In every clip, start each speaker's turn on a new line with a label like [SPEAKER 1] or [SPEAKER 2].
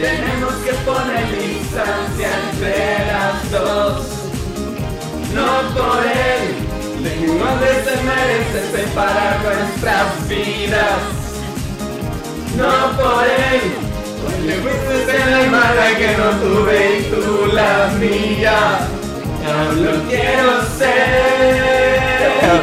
[SPEAKER 1] Tenemos que poner distancia entre las dos. No por él, de ningún hombre se merece separar nuestras vidas. No por él, porque fuiste en la imagen que no tuve y tú la mía. Ya lo quiero ser.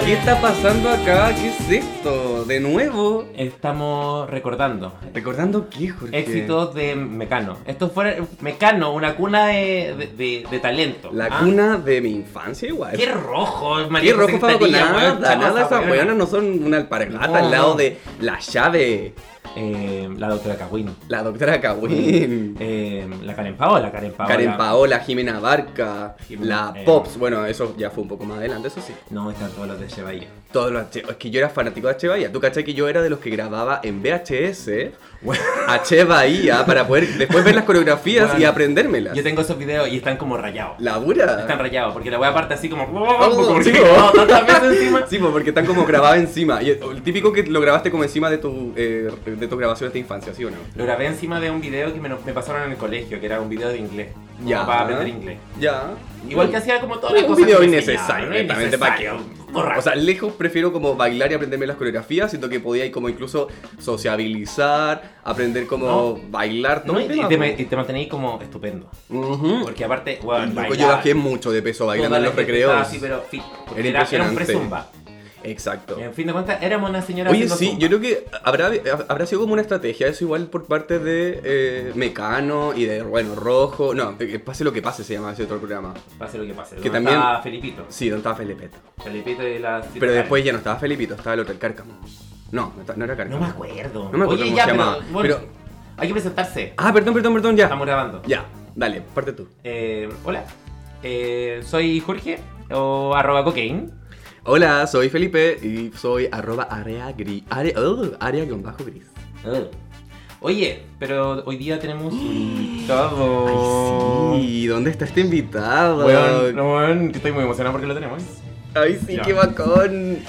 [SPEAKER 2] ¿Qué está pasando acá? ¿Qué es esto? De nuevo.
[SPEAKER 3] Estamos recordando
[SPEAKER 2] ¿Recordando qué, Jorge?
[SPEAKER 3] éxitos de Mecano. Esto fue Mecano, una cuna de, de- de- de talento.
[SPEAKER 2] La
[SPEAKER 3] Ah,
[SPEAKER 2] cuna de mi infancia, igual.
[SPEAKER 3] Qué rojo,
[SPEAKER 2] Qué
[SPEAKER 3] María
[SPEAKER 2] rojo
[SPEAKER 3] José
[SPEAKER 2] Fabo, con
[SPEAKER 3] Quintanilla,
[SPEAKER 2] nada,
[SPEAKER 3] weón, chapa
[SPEAKER 2] nada,
[SPEAKER 3] esa
[SPEAKER 2] esas
[SPEAKER 3] weona.
[SPEAKER 2] weonas no son una alpargata
[SPEAKER 3] No,
[SPEAKER 2] al lado
[SPEAKER 3] no.
[SPEAKER 2] de la llave,
[SPEAKER 3] Eh, la doctora Cagüín.
[SPEAKER 2] la doctora Cagüín,
[SPEAKER 3] Eh, la Karen Paola, Karen Paola.
[SPEAKER 2] Karen Paola, Jimena Barca,
[SPEAKER 3] Jimena,
[SPEAKER 2] la
[SPEAKER 3] eh.
[SPEAKER 2] Pops, bueno, eso ya fue un poco más adelante, eso sí.
[SPEAKER 3] No, están todos los de Chevalier.
[SPEAKER 2] Todos los H- es que yo era fanático de H. Bahía. Tú cachai que yo era de los que grababa en VHS H. Bahía para poder después ver las coreografías
[SPEAKER 3] Bueno,
[SPEAKER 2] y aprendérmelas.
[SPEAKER 3] Yo tengo esos videos y están como rayados.
[SPEAKER 2] La dura.
[SPEAKER 3] Están rayados, porque la wea parte así como.
[SPEAKER 2] Oh,
[SPEAKER 3] como
[SPEAKER 2] sí,
[SPEAKER 3] que-
[SPEAKER 2] po.
[SPEAKER 3] tantas veces encima.
[SPEAKER 2] Sí, po, porque están como grabadas encima. Y el típico que lo grabaste como encima de tu eh, de tus grabaciones de infancia, ¿sí o no?
[SPEAKER 3] Lo grabé encima de un video que me, me pasaron en el colegio, que era un video de inglés. como
[SPEAKER 2] Ya.
[SPEAKER 3] Para aprender inglés.
[SPEAKER 2] Ya.
[SPEAKER 3] Igual que hacía como todas las
[SPEAKER 2] Mm. Un
[SPEAKER 3] cosas.
[SPEAKER 2] video
[SPEAKER 3] que me
[SPEAKER 2] innecesario,
[SPEAKER 3] enseñaban, ¿no?
[SPEAKER 2] netamente, ¿para qué?
[SPEAKER 3] Innecesario, borrar.
[SPEAKER 2] O sea, lejos prefiero como bailar y aprenderme las coreografías, siento que podía ir como incluso sociabilizar, aprender como bailar, todo
[SPEAKER 3] No,
[SPEAKER 2] el
[SPEAKER 3] y,
[SPEAKER 2] tema,
[SPEAKER 3] te,
[SPEAKER 2] po.
[SPEAKER 3] me- y te mantenías como estupendo.
[SPEAKER 2] Ujú.
[SPEAKER 3] Porque aparte, weón,
[SPEAKER 2] Loco,
[SPEAKER 3] bailaba,
[SPEAKER 2] yo bajé mucho de peso
[SPEAKER 3] toda
[SPEAKER 2] bailando en
[SPEAKER 3] la
[SPEAKER 2] los
[SPEAKER 3] gente
[SPEAKER 2] recreos.
[SPEAKER 3] estaba Así, pero fit, porque
[SPEAKER 2] Era
[SPEAKER 3] era, era un
[SPEAKER 2] impresionante.
[SPEAKER 3] presumba.
[SPEAKER 2] Exacto.
[SPEAKER 3] En fin de cuentas, éramos una señora
[SPEAKER 2] Oye,
[SPEAKER 3] haciendo
[SPEAKER 2] sí,
[SPEAKER 3] zumba.
[SPEAKER 2] yo creo que habrá, habrá sido como una estrategia, eso igual por parte de eh, Mecano y de, bueno, Rojo. No, que pase lo que pase se llama ese otro programa.
[SPEAKER 3] Pase lo que pase.
[SPEAKER 2] Que
[SPEAKER 3] ¿no?
[SPEAKER 2] también-
[SPEAKER 3] Estaba Felipito.
[SPEAKER 2] Sí, donde estaba Felipito.
[SPEAKER 3] Felipito de la... Cita
[SPEAKER 2] Pero
[SPEAKER 3] Karen.
[SPEAKER 2] después ya no estaba Felipito, estaba el otro, el Cárcamo. No, no, esta- no era Cárcamo.
[SPEAKER 3] No me acuerdo.
[SPEAKER 2] No me acuerdo
[SPEAKER 3] Oye,
[SPEAKER 2] cómo
[SPEAKER 3] ya,
[SPEAKER 2] se
[SPEAKER 3] pero,
[SPEAKER 2] llamaba,
[SPEAKER 3] bueno,
[SPEAKER 2] pero-
[SPEAKER 3] Hay que presentarse.
[SPEAKER 2] Ah, perdón, perdón, perdón, ya.
[SPEAKER 3] Estamos grabando.
[SPEAKER 2] Ya, dale, parte tú.
[SPEAKER 3] Eh, hola. Eh, soy Jorge, o arroba cocaine.
[SPEAKER 2] Hola, soy Felipe y soy arroba área gris. Área, oh, área con bajo gris.
[SPEAKER 3] Ugh. Oye, pero hoy día tenemos invitado.
[SPEAKER 2] Ay, sí, ¿dónde está este invitado?
[SPEAKER 3] Oh. Weón, no, weón, que estoy muy emocionado porque lo tenemos.
[SPEAKER 2] Ay, sí,
[SPEAKER 3] Ya.
[SPEAKER 2] qué bacán.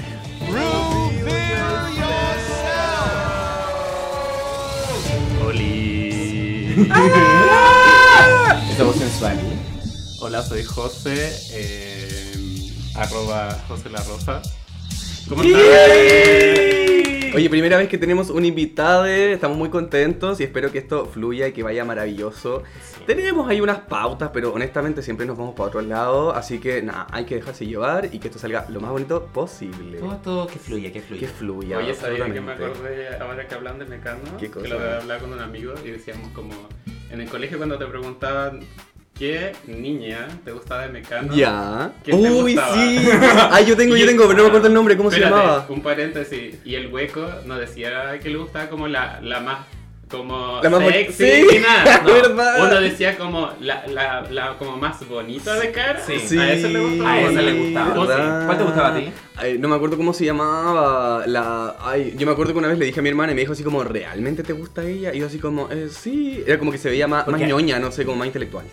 [SPEAKER 4] Oli.
[SPEAKER 3] Esa voz sensual.
[SPEAKER 4] Hola, soy José, eh, arroba José La Rosa. ¿Cómo estás?
[SPEAKER 2] Oye, primera vez que tenemos un invitado, estamos muy contentos y espero que esto fluya y que vaya maravilloso. Tenemos ahí unas pautas, pero honestamente siempre nos vamos para otro lado, así que nada, hay que dejarse llevar y que esto salga lo más bonito posible.
[SPEAKER 3] Todo esto que fluye, que fluye.
[SPEAKER 2] Que fluya.
[SPEAKER 4] Oye, ¿sabía que me
[SPEAKER 2] absolutamente.
[SPEAKER 4] acordé ahora que hablan de Mecano?
[SPEAKER 2] ¿Qué cosa?
[SPEAKER 4] Que lo hablaba con un amigo y decíamos como... En el colegio cuando te preguntaban qué niña te gustaba de Mecano...
[SPEAKER 2] Ya.
[SPEAKER 4] ¿Quién te
[SPEAKER 2] Uy,
[SPEAKER 4] gustaba?
[SPEAKER 2] sí. Ay, yo tengo, yo tengo, pero no me acuerdo el nombre, ¿cómo se
[SPEAKER 4] Espérate,
[SPEAKER 2] llamaba?
[SPEAKER 4] Un paréntesis. Y el hueco nos decía que le gustaba como la, la más. Como
[SPEAKER 2] La más bo-
[SPEAKER 4] sexy
[SPEAKER 2] sí,
[SPEAKER 4] y nada. No,
[SPEAKER 2] verdad.
[SPEAKER 4] Uno decía como la, la, la como más bonita de cara.
[SPEAKER 3] Sí.
[SPEAKER 4] A eso le gustaba.
[SPEAKER 3] A esa
[SPEAKER 4] eso
[SPEAKER 3] le gustaba.
[SPEAKER 2] ¿verdad?
[SPEAKER 3] ¿Cuál te gustaba a ti?
[SPEAKER 2] Ay, no me acuerdo cómo se llamaba. La... Ay, yo me acuerdo que una vez le dije a mi hermana y me dijo así como, ¿realmente te gusta ella? Y yo así como, eh, sí. Era como que se veía más,
[SPEAKER 3] ¿Por
[SPEAKER 2] más
[SPEAKER 3] qué?
[SPEAKER 2] ñoña, no sé, como más intelectual.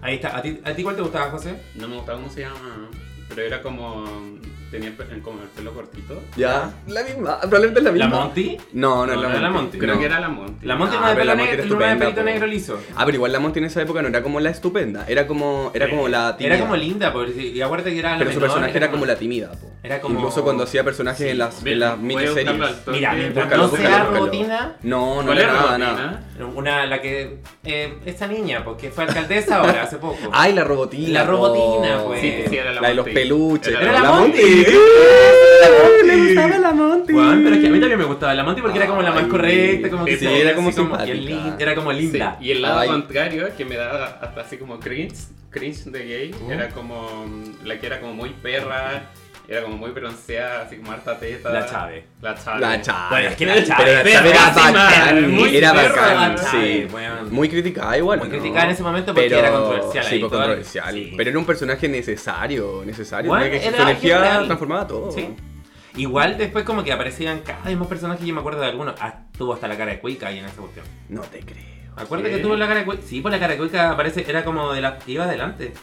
[SPEAKER 3] Ahí está. ¿A ti, a ti cuál te gustaba, José?
[SPEAKER 4] No me gustaba cómo se llama. Pero era como. Tenía el pe- como el pelo cortito.
[SPEAKER 2] Ya. La misma, probablemente es la
[SPEAKER 3] ¿La
[SPEAKER 2] misma.
[SPEAKER 3] Monty?
[SPEAKER 2] No, no,
[SPEAKER 3] No,
[SPEAKER 2] es
[SPEAKER 3] no
[SPEAKER 2] la
[SPEAKER 3] era
[SPEAKER 2] Monty.
[SPEAKER 4] Creo
[SPEAKER 2] no.
[SPEAKER 4] que era la Monty.
[SPEAKER 3] La Monty
[SPEAKER 2] Ah,
[SPEAKER 3] era una de
[SPEAKER 2] pero la
[SPEAKER 3] pelo
[SPEAKER 2] Monty era
[SPEAKER 3] negro, una de
[SPEAKER 2] estupenda,
[SPEAKER 3] pelito
[SPEAKER 2] po.
[SPEAKER 3] negro liso.
[SPEAKER 2] Ah, pero igual la Monty en esa época no era como la estupenda, era como, era como la tímida.
[SPEAKER 3] Eh, Era como linda, porque y acuérdate que era la
[SPEAKER 2] Pero su
[SPEAKER 3] menor,
[SPEAKER 2] personaje era como la tímida, po.
[SPEAKER 3] Era como-
[SPEAKER 2] Incluso cuando hacía personajes en las, en las miniseries.
[SPEAKER 3] Mira, mientras
[SPEAKER 2] Búscalo,
[SPEAKER 3] no
[SPEAKER 2] búscalo,
[SPEAKER 3] sea
[SPEAKER 2] búscalo.
[SPEAKER 3] rutina,
[SPEAKER 2] No, no
[SPEAKER 4] ¿Cuál
[SPEAKER 2] era
[SPEAKER 4] era
[SPEAKER 2] nada,
[SPEAKER 4] la
[SPEAKER 2] nada.
[SPEAKER 4] rutina?
[SPEAKER 3] una, la que. Eh, esta niña, porque fue alcaldesa ahora, hace poco.
[SPEAKER 2] Ay, la robotina.
[SPEAKER 3] La robotina,
[SPEAKER 2] po.
[SPEAKER 3] pues.
[SPEAKER 4] Sí, sí, era la
[SPEAKER 2] La de los
[SPEAKER 4] Monty.
[SPEAKER 2] peluches.
[SPEAKER 4] Era
[SPEAKER 3] la
[SPEAKER 2] po.
[SPEAKER 3] Monty.
[SPEAKER 2] ¡Eh! Me gustaba la Monty.
[SPEAKER 3] Weón, pero es que a mí también me gustaba la Monty porque era como la más
[SPEAKER 2] Ay,
[SPEAKER 3] correcta, como que
[SPEAKER 2] sí,
[SPEAKER 3] se-
[SPEAKER 2] era como
[SPEAKER 3] así
[SPEAKER 2] simpática.
[SPEAKER 3] y el lin- era como linda.
[SPEAKER 4] Sí, Y el lado
[SPEAKER 2] Ay.
[SPEAKER 4] contrario, que me daba hasta así como cringe, cringe de gay, era como mm, la que era como muy perra, era como muy bronceada, así como harta teta.
[SPEAKER 3] La Chave.
[SPEAKER 4] La Chave.
[SPEAKER 2] La Chave.
[SPEAKER 3] Bueno, es que la Chave,
[SPEAKER 2] Pero
[SPEAKER 3] perra,
[SPEAKER 2] era
[SPEAKER 4] encima,
[SPEAKER 2] bacán.
[SPEAKER 4] muy
[SPEAKER 2] Era
[SPEAKER 4] perra
[SPEAKER 2] bacán,
[SPEAKER 4] la
[SPEAKER 2] sí.
[SPEAKER 3] Chave, weón.
[SPEAKER 2] Muy criticada igual.
[SPEAKER 3] Muy
[SPEAKER 2] ¿no?
[SPEAKER 3] criticada en ese momento porque
[SPEAKER 2] Pero-
[SPEAKER 3] era controversial
[SPEAKER 2] Sí,
[SPEAKER 3] ahí,
[SPEAKER 2] pues,
[SPEAKER 3] todo el-
[SPEAKER 2] controversial.
[SPEAKER 3] sí.
[SPEAKER 2] Pero era un personaje necesario, necesario.
[SPEAKER 3] Bueno,
[SPEAKER 2] porque
[SPEAKER 3] era
[SPEAKER 2] su energía
[SPEAKER 3] genial.
[SPEAKER 2] transformaba todo.
[SPEAKER 3] Sí. Igual después como que aparecían cada vez más personajes, yo me acuerdo de algunos. Ah, tuvo hasta la cara de cuica ahí en esa cuestión.
[SPEAKER 2] No te creo.
[SPEAKER 3] Acuérdate
[SPEAKER 4] Sí.
[SPEAKER 3] que tuvo la cara de cuica. Sí, pues la cara de cuica aparece, era como de las que iba adelante.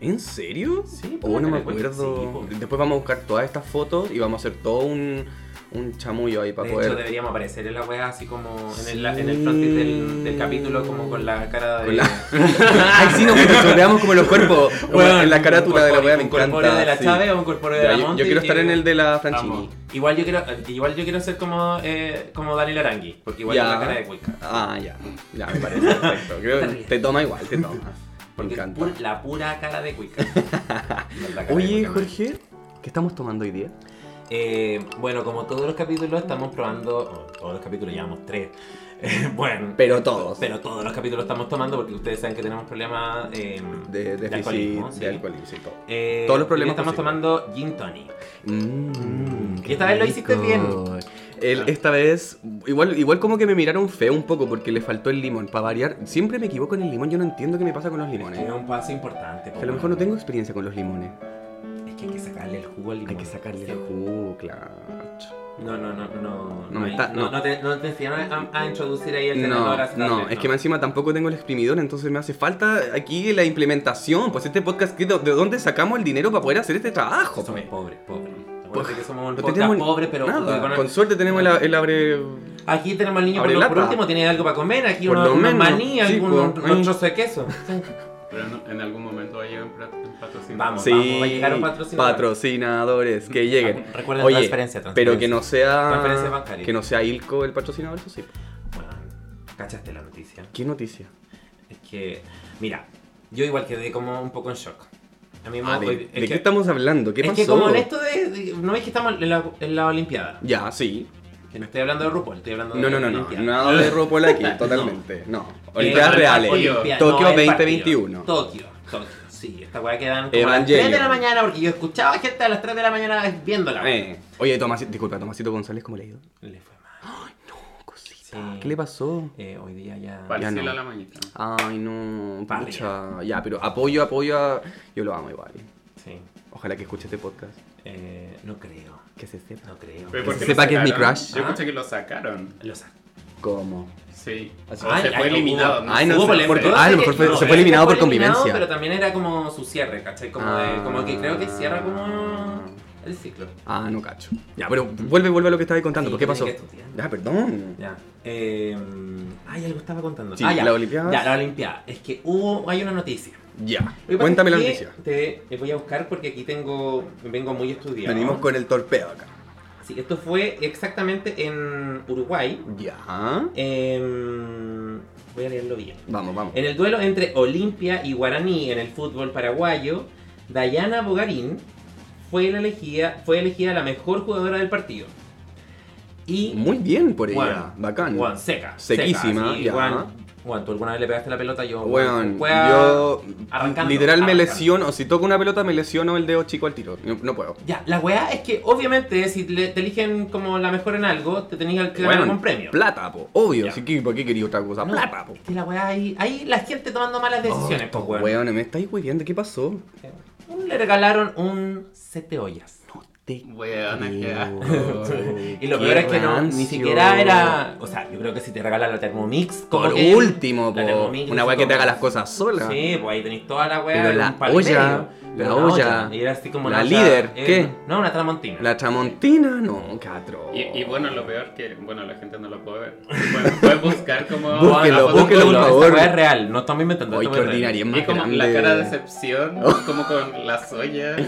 [SPEAKER 2] ¿En serio?
[SPEAKER 3] Sí, pues,
[SPEAKER 2] Oh, no
[SPEAKER 3] la
[SPEAKER 2] me
[SPEAKER 3] cara de cuenta,
[SPEAKER 2] acuerdo.
[SPEAKER 3] sí, pues.
[SPEAKER 2] Después vamos a buscar todas estas fotos y vamos a hacer todo un, un chamullo ahí para
[SPEAKER 3] de
[SPEAKER 2] poder.
[SPEAKER 3] hecho, deberíamos aparecer en la wea así como en el, en
[SPEAKER 2] Sí.
[SPEAKER 3] el frontis del, del capítulo, como con la cara de.
[SPEAKER 2] Con la- Ay, sí, nos veamos como en los cuerpos. como
[SPEAKER 3] Bueno,
[SPEAKER 2] en la carátula de la
[SPEAKER 3] un
[SPEAKER 2] wea me
[SPEAKER 3] corpóreo- Un corpóreo
[SPEAKER 2] encanta.
[SPEAKER 3] de la
[SPEAKER 2] sí.
[SPEAKER 3] Chávez o un corpóreo de
[SPEAKER 2] Ya,
[SPEAKER 3] la
[SPEAKER 2] yo,
[SPEAKER 3] Monte.
[SPEAKER 2] yo quiero estar en el de la Franchini.
[SPEAKER 5] Vamos.
[SPEAKER 3] Igual yo quiero, igual yo quiero ser como, eh, como Daniel Arangui, porque igual
[SPEAKER 2] Ya.
[SPEAKER 3] tengo la cara de Cuica.
[SPEAKER 2] Ah, ya. Ya, me parece perfecto. Creo, te toma igual, te toma. Me
[SPEAKER 3] Porque es
[SPEAKER 2] encanta.
[SPEAKER 3] pu- la pura cara de Cuica. No, la cara de
[SPEAKER 2] Oye,
[SPEAKER 3] Cuica, no.
[SPEAKER 2] Jorge, ¿qué estamos tomando hoy día?
[SPEAKER 3] Eh, bueno, como todos los capítulos estamos probando, oh, todos los capítulos llevamos tres. Eh, bueno,
[SPEAKER 2] Pero todos.
[SPEAKER 3] pero todos los capítulos estamos tomando porque ustedes saben que tenemos problemas eh,
[SPEAKER 2] de, déficit, de alcoholismo,
[SPEAKER 3] alcoholismo.
[SPEAKER 2] sí.
[SPEAKER 3] ¿sí?
[SPEAKER 2] todo.
[SPEAKER 3] Eh,
[SPEAKER 2] Todos los problemas
[SPEAKER 3] hoy Estamos
[SPEAKER 2] posibles.
[SPEAKER 3] tomando gin tonic.
[SPEAKER 2] Mm,
[SPEAKER 3] Y esta vez lo hiciste bien.
[SPEAKER 2] El- esta vez, igual, igual como que me miraron feo un poco porque le faltó el limón. Para variar, siempre me equivoco en el limón. Yo no entiendo qué me pasa con los limones.
[SPEAKER 3] Es un paso importante. po,
[SPEAKER 2] Que a lo mejor
[SPEAKER 3] bueno.
[SPEAKER 2] no tengo experiencia con los limones.
[SPEAKER 3] Es que hay que sacarle el jugo al limón.
[SPEAKER 2] Hay que sacarle el
[SPEAKER 3] Sí.
[SPEAKER 2] jugo, claro.
[SPEAKER 3] No, no, no, no.
[SPEAKER 2] No me
[SPEAKER 3] hay-
[SPEAKER 2] está- no.
[SPEAKER 3] te, no te enseñaron a, a introducir ahí el
[SPEAKER 2] No,
[SPEAKER 3] tenedor acetate,
[SPEAKER 2] no, es que más encima tampoco tengo el exprimidor, entonces me hace falta aquí la implementación. Pues este podcast, ¿qué- ¿de dónde sacamos el dinero para poder hacer este trabajo?
[SPEAKER 3] Somos
[SPEAKER 2] pues?
[SPEAKER 3] pobres, pobres. Acuérdate que somos un
[SPEAKER 2] No
[SPEAKER 3] podcast
[SPEAKER 2] tenemos
[SPEAKER 3] pobre, pero pues,
[SPEAKER 2] nada,
[SPEAKER 3] pero con-
[SPEAKER 2] con suerte tenemos la- el abre.
[SPEAKER 3] Aquí tenemos al niño, por,
[SPEAKER 2] Abre
[SPEAKER 3] lo- por
[SPEAKER 2] lata.
[SPEAKER 3] último tiene algo para comer, aquí
[SPEAKER 2] Por
[SPEAKER 3] una,
[SPEAKER 2] lo
[SPEAKER 3] una
[SPEAKER 2] menos,
[SPEAKER 3] maní,
[SPEAKER 2] sí,
[SPEAKER 3] algún
[SPEAKER 2] po.
[SPEAKER 3] un, un
[SPEAKER 2] Ay.
[SPEAKER 3] trozo de queso.
[SPEAKER 5] Pero en, en algún momento va a llegar un plat- un patrocinio.
[SPEAKER 3] Vamos. va a llegar un patrocinador. Mm, ah,
[SPEAKER 2] patrocinadores que lleguen.
[SPEAKER 3] Recuerden
[SPEAKER 2] Oye,
[SPEAKER 3] transferencia, transferencia.
[SPEAKER 2] Pero que no
[SPEAKER 3] Transferencia
[SPEAKER 2] sea
[SPEAKER 3] bancaria.
[SPEAKER 2] que no sea Ilco el patrocinador, eso sí.
[SPEAKER 3] Bueno, cachaste la noticia.
[SPEAKER 2] ¿Qué noticia?
[SPEAKER 3] Es que, mira, yo igual quedé como un poco en shock. A mí me
[SPEAKER 2] Ah, ¿De,
[SPEAKER 3] hoy- pues, es
[SPEAKER 2] de
[SPEAKER 3] que-
[SPEAKER 2] qué estamos hablando? ¿Qué
[SPEAKER 3] es
[SPEAKER 2] pasó?
[SPEAKER 3] que como en esto de, de- no es que estamos en la, en la Olimpiada.
[SPEAKER 2] Ya, sí.
[SPEAKER 3] Que no estoy hablando de RuPaul, estoy hablando de
[SPEAKER 2] No, no, no,
[SPEAKER 3] la
[SPEAKER 2] no.
[SPEAKER 3] Olimpiada. Eh,
[SPEAKER 2] Nada de RuPaul aquí, totalmente. No. Olimpiadas
[SPEAKER 5] Eh,
[SPEAKER 2] reales.
[SPEAKER 5] Olimpia-
[SPEAKER 2] Tokio
[SPEAKER 3] no, el partido.
[SPEAKER 2] 2021.
[SPEAKER 3] Tokio, Tokio. Sí, esta weá quedan como a las
[SPEAKER 2] Evangelion.
[SPEAKER 3] 3 de la mañana porque yo escuchaba gente a las 3 de la mañana viéndola.
[SPEAKER 2] Eh, Oye, Tomasito, disculpa, Tomasito González, ¿cómo le ha ido?
[SPEAKER 3] Le fue mal.
[SPEAKER 2] Cosita,
[SPEAKER 3] Sí.
[SPEAKER 2] ¿Qué le pasó?
[SPEAKER 3] Eh, hoy día ya.
[SPEAKER 2] Ya
[SPEAKER 5] Parecía
[SPEAKER 2] no.
[SPEAKER 5] la la mañita.
[SPEAKER 2] Ay, no,
[SPEAKER 3] Parria.
[SPEAKER 2] pucha. Ya, pero apoyo, apoyo a... Yo lo amo igual.
[SPEAKER 3] Sí.
[SPEAKER 2] Ojalá que escuche este podcast.
[SPEAKER 3] Eh, no creo.
[SPEAKER 2] Que se sepa.
[SPEAKER 3] No creo.
[SPEAKER 5] Pero ¿por
[SPEAKER 2] Que
[SPEAKER 5] qué
[SPEAKER 2] se
[SPEAKER 5] lo
[SPEAKER 2] sepa que es mi
[SPEAKER 5] sacaron?
[SPEAKER 2] crush.
[SPEAKER 5] Yo
[SPEAKER 3] Ah.
[SPEAKER 5] escuché que lo sacaron.
[SPEAKER 3] Lo saco.
[SPEAKER 2] ¿Cómo?
[SPEAKER 5] Sí.
[SPEAKER 2] Así
[SPEAKER 5] O se
[SPEAKER 3] ay,
[SPEAKER 5] fue
[SPEAKER 3] no
[SPEAKER 5] eliminado.
[SPEAKER 3] hubo-
[SPEAKER 2] Ah, Ay, no sé,
[SPEAKER 5] sé.
[SPEAKER 3] hubo polémica.
[SPEAKER 2] porque-
[SPEAKER 3] Yo
[SPEAKER 2] ah, a
[SPEAKER 3] sé
[SPEAKER 2] lo
[SPEAKER 3] que-
[SPEAKER 2] mejor fue-
[SPEAKER 3] no,
[SPEAKER 2] se fue
[SPEAKER 3] yo sé que
[SPEAKER 2] eliminado por
[SPEAKER 3] eliminado,
[SPEAKER 2] convivencia.
[SPEAKER 3] Pero también era como su cierre, ¿cachai? Como, de- como que creo que cierra como el ciclo.
[SPEAKER 2] Ah, no cacho. Ya, pero vuelve, vuelve a lo que estabas contando.
[SPEAKER 3] Sí,
[SPEAKER 2] ¿Por qué
[SPEAKER 3] tiene
[SPEAKER 2] pasó?
[SPEAKER 3] que estudiar.
[SPEAKER 2] Ya, perdón.
[SPEAKER 3] Ya. Eh, ay, algo estaba contando.
[SPEAKER 2] Sí,
[SPEAKER 3] ah, ya.
[SPEAKER 2] la Olimpiada.
[SPEAKER 3] Ya, la Olimpiada. Es que hubo, hay una noticia.
[SPEAKER 2] Ya.
[SPEAKER 3] Lo que pasa
[SPEAKER 2] Cuéntame
[SPEAKER 3] es
[SPEAKER 2] la
[SPEAKER 3] que
[SPEAKER 2] noticia.
[SPEAKER 3] Te, te voy a buscar porque aquí tengo, vengo muy estudiado.
[SPEAKER 2] Venimos con el torpeo acá.
[SPEAKER 3] Sí, esto fue exactamente en Uruguay.
[SPEAKER 2] Ya.
[SPEAKER 3] Em, voy a leerlo bien.
[SPEAKER 2] Vamos, vamos.
[SPEAKER 3] En el duelo entre Olimpia y Guaraní en el fútbol paraguayo, Dayana Bogarín fue la elegida, fue elegida la mejor jugadora del partido. Y
[SPEAKER 2] Muy bien por
[SPEAKER 3] Juan,
[SPEAKER 2] ella. Bacán.
[SPEAKER 3] Juan, seca.
[SPEAKER 2] Sequísima,
[SPEAKER 3] seca, así,
[SPEAKER 2] ya.
[SPEAKER 3] Juan, Juan, tú alguna vez le pegaste la pelota, yo.
[SPEAKER 2] Weón,
[SPEAKER 3] Juan,
[SPEAKER 2] yo
[SPEAKER 3] arrancando,
[SPEAKER 2] literal me
[SPEAKER 3] arrancando.
[SPEAKER 2] lesiono, si toco una pelota me lesiono el dedo chico al tiro, no, no puedo.
[SPEAKER 3] Ya, la weá es que obviamente si le- te eligen como la mejor en algo, te tenías que ganar
[SPEAKER 2] Weón,
[SPEAKER 3] un premio.
[SPEAKER 2] Plata, po, obvio,
[SPEAKER 3] Ya.
[SPEAKER 2] así que ¿por qué quería otra cosa?
[SPEAKER 3] No,
[SPEAKER 2] plata, po.
[SPEAKER 3] Es que la weá ahí, ahí la gente tomando malas decisiones,
[SPEAKER 2] Oh,
[SPEAKER 3] pues weón.
[SPEAKER 2] weón, me estáis hueviando, ¿qué pasó?
[SPEAKER 3] Le regalaron un set de ollas.
[SPEAKER 2] No te
[SPEAKER 5] Weón, es que
[SPEAKER 2] creo.
[SPEAKER 3] Y lo
[SPEAKER 2] Qué
[SPEAKER 3] peor es que no, ni
[SPEAKER 2] rancio.
[SPEAKER 3] siquiera era. O sea, yo creo que si te regalan la Thermomix, como
[SPEAKER 2] Por
[SPEAKER 3] que-
[SPEAKER 2] último,
[SPEAKER 3] la
[SPEAKER 2] po,
[SPEAKER 3] Thermomix,
[SPEAKER 2] una
[SPEAKER 3] así
[SPEAKER 2] weá que te
[SPEAKER 3] como-
[SPEAKER 2] haga las cosas sola.
[SPEAKER 3] Sí, pues ahí tenéis toda la weá.
[SPEAKER 2] Pero
[SPEAKER 3] en
[SPEAKER 2] la
[SPEAKER 3] un pal
[SPEAKER 2] olla,
[SPEAKER 3] medio.
[SPEAKER 2] la
[SPEAKER 3] Una
[SPEAKER 2] olla,
[SPEAKER 3] Y era así como
[SPEAKER 2] la
[SPEAKER 3] una olla,
[SPEAKER 2] líder,
[SPEAKER 3] eh,
[SPEAKER 2] ¿qué?
[SPEAKER 3] No, una tramontina.
[SPEAKER 2] La tramontina, no, catro.
[SPEAKER 5] Y, y bueno, lo peor que, bueno, la gente no lo puede ver. Pueden, pueden buscar como...
[SPEAKER 2] Búsquelo,
[SPEAKER 5] la foto-
[SPEAKER 2] búsquelo, por
[SPEAKER 3] esta
[SPEAKER 2] favor.
[SPEAKER 3] weá es real, no estamos inventando.
[SPEAKER 2] Ay,
[SPEAKER 3] esta
[SPEAKER 2] qué
[SPEAKER 3] weá es real.
[SPEAKER 2] ordinaria, es
[SPEAKER 5] Y
[SPEAKER 2] más
[SPEAKER 5] como
[SPEAKER 2] grande.
[SPEAKER 5] la cara de decepción, como con las ollas.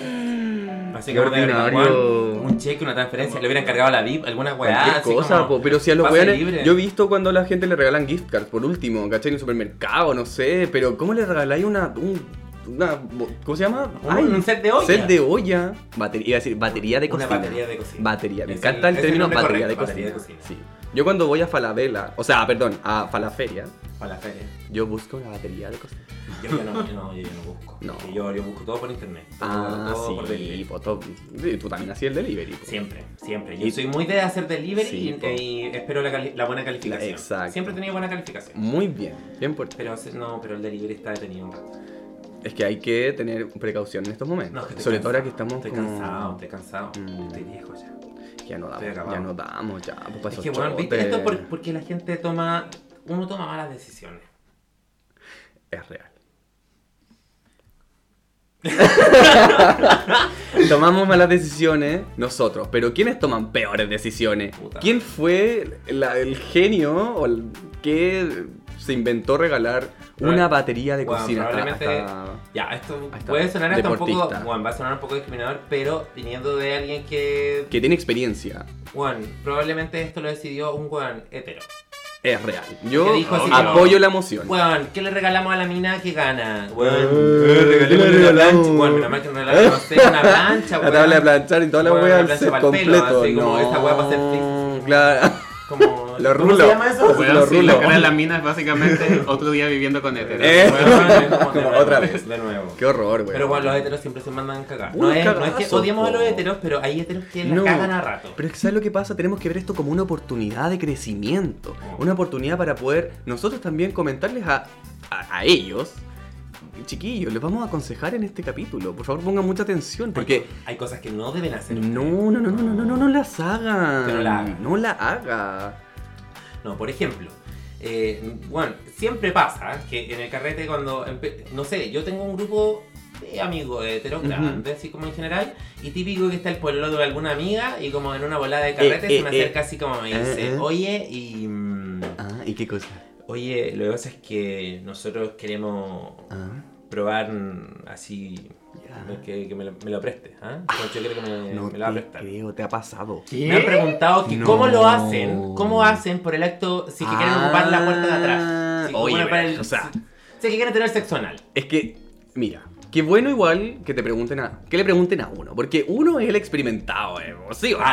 [SPEAKER 3] Así
[SPEAKER 2] Qué
[SPEAKER 3] que como de verdad,
[SPEAKER 2] ordinario.
[SPEAKER 3] Juan, un cheque, una transferencia, le hubieran cargado a la VIP, alguna weá.
[SPEAKER 2] Cualquier
[SPEAKER 3] así
[SPEAKER 2] cosa,
[SPEAKER 3] como,
[SPEAKER 2] po, pero si a los
[SPEAKER 3] pase
[SPEAKER 2] weones.
[SPEAKER 3] libre.
[SPEAKER 2] Yo he visto cuando a la gente le regalan gift cards, por último, ¿cachai? En un supermercado, no sé, pero ¿cómo le regaláis una. un- una bo- ¿Cómo se llama?
[SPEAKER 3] Un- un set de olla.
[SPEAKER 2] Set de olla. Batería, iba a decir, batería de
[SPEAKER 3] Una
[SPEAKER 2] cocina.
[SPEAKER 3] batería de cocina.
[SPEAKER 2] Batería, me
[SPEAKER 3] Es
[SPEAKER 2] encanta
[SPEAKER 3] el-
[SPEAKER 2] el,
[SPEAKER 3] es el
[SPEAKER 2] término
[SPEAKER 3] nombre
[SPEAKER 2] batería,
[SPEAKER 3] correcto,
[SPEAKER 2] de
[SPEAKER 3] batería
[SPEAKER 2] cocina.
[SPEAKER 3] de
[SPEAKER 2] Sí.
[SPEAKER 3] cocina.
[SPEAKER 2] Yo cuando voy a Falabella, o sea, perdón, a Falaferia,
[SPEAKER 3] Para la feria.
[SPEAKER 2] yo busco una batería de cocina.
[SPEAKER 3] Yo, yo no, yo no, yo, yo no busco.
[SPEAKER 2] No.
[SPEAKER 3] Yo, yo busco todo por internet. Todo,
[SPEAKER 2] Ah,
[SPEAKER 3] todo oh, por
[SPEAKER 2] sí,
[SPEAKER 3] delivery.
[SPEAKER 2] po, todo- sí, tú también hacías el delivery. po.
[SPEAKER 3] Siempre, siempre. Yo
[SPEAKER 2] Y-
[SPEAKER 3] soy muy de hacer delivery
[SPEAKER 2] Sí,
[SPEAKER 3] y-
[SPEAKER 2] po.
[SPEAKER 3] y, espero la, cali- la buena calificación.
[SPEAKER 2] Exacto.
[SPEAKER 3] Siempre he tenido buena calificación.
[SPEAKER 2] Muy bien, bien por ti.
[SPEAKER 3] Pero se- no, pero el delivery está detenido un rato.
[SPEAKER 2] Es que hay que tener precaución en estos momentos.
[SPEAKER 3] No, que estoy
[SPEAKER 2] Sobre
[SPEAKER 3] cansado.
[SPEAKER 2] todo ahora que estamos
[SPEAKER 3] Estoy
[SPEAKER 2] como-
[SPEAKER 3] cansado, estoy cansado.
[SPEAKER 2] Mm.
[SPEAKER 3] Estoy viejo ya.
[SPEAKER 2] Ya no damos,
[SPEAKER 3] Estoy acabado.
[SPEAKER 2] ya no damos, ya. Pues para
[SPEAKER 3] Es
[SPEAKER 2] esos
[SPEAKER 3] que bueno, viste
[SPEAKER 2] chotes.
[SPEAKER 3] esto por- porque la gente toma. Uno toma malas decisiones.
[SPEAKER 2] Es real. tomamos malas decisiones nosotros, pero ¿quiénes toman peores decisiones?
[SPEAKER 3] Puta.
[SPEAKER 2] ¿Quién fue la- el genio o el que se inventó regalar
[SPEAKER 3] Proba-
[SPEAKER 2] una batería de
[SPEAKER 3] Bueno,
[SPEAKER 2] cocina? hasta-
[SPEAKER 3] probablemente-
[SPEAKER 2] hasta-
[SPEAKER 3] Ya, esto
[SPEAKER 2] Ahí está.
[SPEAKER 3] puede sonar hasta un poco.
[SPEAKER 2] Deportista.
[SPEAKER 3] Bueno, va a sonar un poco discriminador, pero viniendo de alguien que.
[SPEAKER 2] que tiene experiencia,
[SPEAKER 3] Bueno, probablemente esto lo decidió un weón hetero.
[SPEAKER 2] es real. Yo
[SPEAKER 3] Que dijo así como-
[SPEAKER 2] apoyo la emoción.
[SPEAKER 3] Weón, ¿qué le regalamos a la mina que gana? Weón.
[SPEAKER 2] Eh, regalemos
[SPEAKER 3] Weón,
[SPEAKER 2] una plancha.
[SPEAKER 3] plancha. Weón, menos mal que no regalamos no sé, una plancha,
[SPEAKER 2] ¿Eh? La tabla de
[SPEAKER 3] weón.
[SPEAKER 2] planchar y toda la
[SPEAKER 3] Bueno,
[SPEAKER 2] wea
[SPEAKER 3] la
[SPEAKER 2] al
[SPEAKER 3] plancha
[SPEAKER 2] set
[SPEAKER 3] pa'l
[SPEAKER 2] completo.
[SPEAKER 3] pelo, así como
[SPEAKER 2] no,
[SPEAKER 3] esta wea pa' hacer flip.
[SPEAKER 2] Claro,
[SPEAKER 3] Como.
[SPEAKER 2] lo
[SPEAKER 6] ¿Cómo se
[SPEAKER 2] rulo.
[SPEAKER 6] llama eso?
[SPEAKER 2] Lo
[SPEAKER 5] Bueno, Pues, sí, la
[SPEAKER 2] rulo.
[SPEAKER 5] cara de la mina es básicamente otro día viviendo con éter.
[SPEAKER 2] Eh.
[SPEAKER 3] Weón, es como de
[SPEAKER 2] Como
[SPEAKER 3] nuevo,
[SPEAKER 2] otra vez.
[SPEAKER 3] De nuevo.
[SPEAKER 2] Qué horror, güey.
[SPEAKER 3] Pero bueno, los heteros siempre se mandan cagar.
[SPEAKER 2] Uy,
[SPEAKER 3] No es, no es que
[SPEAKER 2] cagazo,
[SPEAKER 3] odiamos a los
[SPEAKER 2] po.
[SPEAKER 3] heteros, pero hay heteros que la
[SPEAKER 2] No.
[SPEAKER 3] cagan a rato.
[SPEAKER 2] Pero es que ¿sabes lo que pasa? Tenemos que ver esto como una oportunidad de crecimiento. Una oportunidad para poder nosotros también comentarles a, a, a ellos. Chiquillos, les vamos a aconsejar en este capítulo. Por favor, pongan mucha atención porque...
[SPEAKER 3] Hay cosas que no deben hacer.
[SPEAKER 2] No, no, no, no, no, no, no, no las hagan.
[SPEAKER 3] Que no la hagan.
[SPEAKER 2] No la haga.
[SPEAKER 3] No, por ejemplo, eh, bueno, siempre pasa que en el carrete cuando, empe- no sé, yo tengo un grupo de amigos heteros
[SPEAKER 2] Ujú.
[SPEAKER 3] grandes, así como en general, y típico que está el pueblo de alguna amiga y como en una volada de carrete
[SPEAKER 2] Eh,
[SPEAKER 3] se me
[SPEAKER 2] eh, eh.
[SPEAKER 3] acerca así como me
[SPEAKER 2] Eh,
[SPEAKER 3] dice,
[SPEAKER 2] eh.
[SPEAKER 3] oye, y... mm,
[SPEAKER 2] Ah, ¿y qué cosa?
[SPEAKER 3] Oye, lo que pasa es que nosotros queremos
[SPEAKER 2] Ah,
[SPEAKER 3] probar mm, así...
[SPEAKER 2] ya.
[SPEAKER 3] Que, que me, lo, me lo preste, ¿ah? Pues Yo creo que me,
[SPEAKER 2] No
[SPEAKER 3] me lo va a
[SPEAKER 2] te
[SPEAKER 3] prestar.
[SPEAKER 2] creo, te ha pasado.
[SPEAKER 3] Me han preguntado que
[SPEAKER 2] No.
[SPEAKER 3] cómo lo hacen, cómo hacen por el acto, si es que quieren ocupar la puerta de atrás. Si es que
[SPEAKER 2] Oye,
[SPEAKER 3] quieren ocupar
[SPEAKER 2] pero, o sea-
[SPEAKER 3] si- si es que quieren tener sexo anal.
[SPEAKER 2] Es que, mira, qué bueno igual que te pregunten a. que le pregunten a uno, porque uno es el experimentado, eh, vos, ¿sí o no?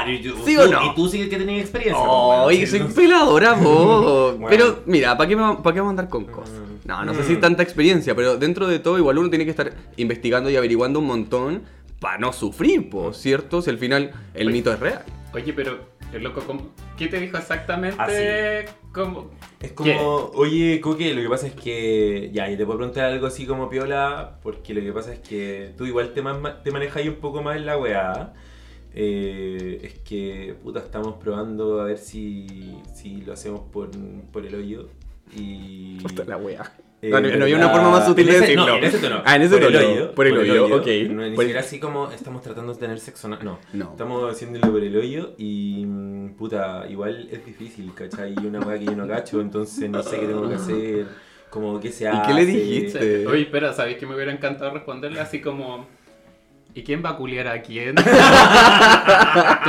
[SPEAKER 2] ¿Sí
[SPEAKER 3] tú-
[SPEAKER 2] o no?
[SPEAKER 3] Y tú sí que tenías experiencia. pues, bueno,
[SPEAKER 2] Ay,
[SPEAKER 3] sí,
[SPEAKER 2] soy
[SPEAKER 3] no-
[SPEAKER 2] peladora vos.
[SPEAKER 3] Bueno. Mm.
[SPEAKER 2] Pero mira, ¿para qué, me va- pa' qué vamos a andar con cosas? No, no sé si tanta experiencia, pero dentro de todo igual uno tiene que estar investigando y averiguando un montón para no sufrir, po, ¿cierto? Si al final el
[SPEAKER 3] Pues,
[SPEAKER 5] Oye.
[SPEAKER 2] mito es real.
[SPEAKER 5] Oye, pero, el loco, ¿cómo- ¿qué te dijo exactamente?
[SPEAKER 3] Así.
[SPEAKER 5] ¿Cómo?
[SPEAKER 3] Es como, oye, Coque, lo que pasa es que. Ya, y te puedo preguntar algo así como piola, porque lo que pasa es que tú igual te, man- te manejas ahí un poco más en la weá. Eh, es que, puta, estamos probando a ver si, si lo hacemos por, por el hoyo. Y.
[SPEAKER 2] Puta la wea.
[SPEAKER 3] Eh,
[SPEAKER 2] no, no no había
[SPEAKER 3] la-
[SPEAKER 2] una forma más sutil
[SPEAKER 3] en
[SPEAKER 2] de
[SPEAKER 3] ese-
[SPEAKER 2] decirlo.
[SPEAKER 3] No, en ese tono.
[SPEAKER 2] Ah, en ese tono. por el hoyo, ok.
[SPEAKER 3] No, ni
[SPEAKER 2] Por el-
[SPEAKER 3] siquiera así como estamos tratando de tener sexo. No, no.
[SPEAKER 2] No.
[SPEAKER 3] Estamos haciéndolo por el hoyo y. mm, Puta, igual es difícil, ¿cachai? Y una weá que yo no cacho, entonces no sé qué tengo que hacer. Como qué se hace.
[SPEAKER 2] Ah. ¿Y qué le dijiste?
[SPEAKER 5] Oye, espera, ¿sabéis que me hubiera encantado responderle así como... ¿Y quién va a culiar a quién? tu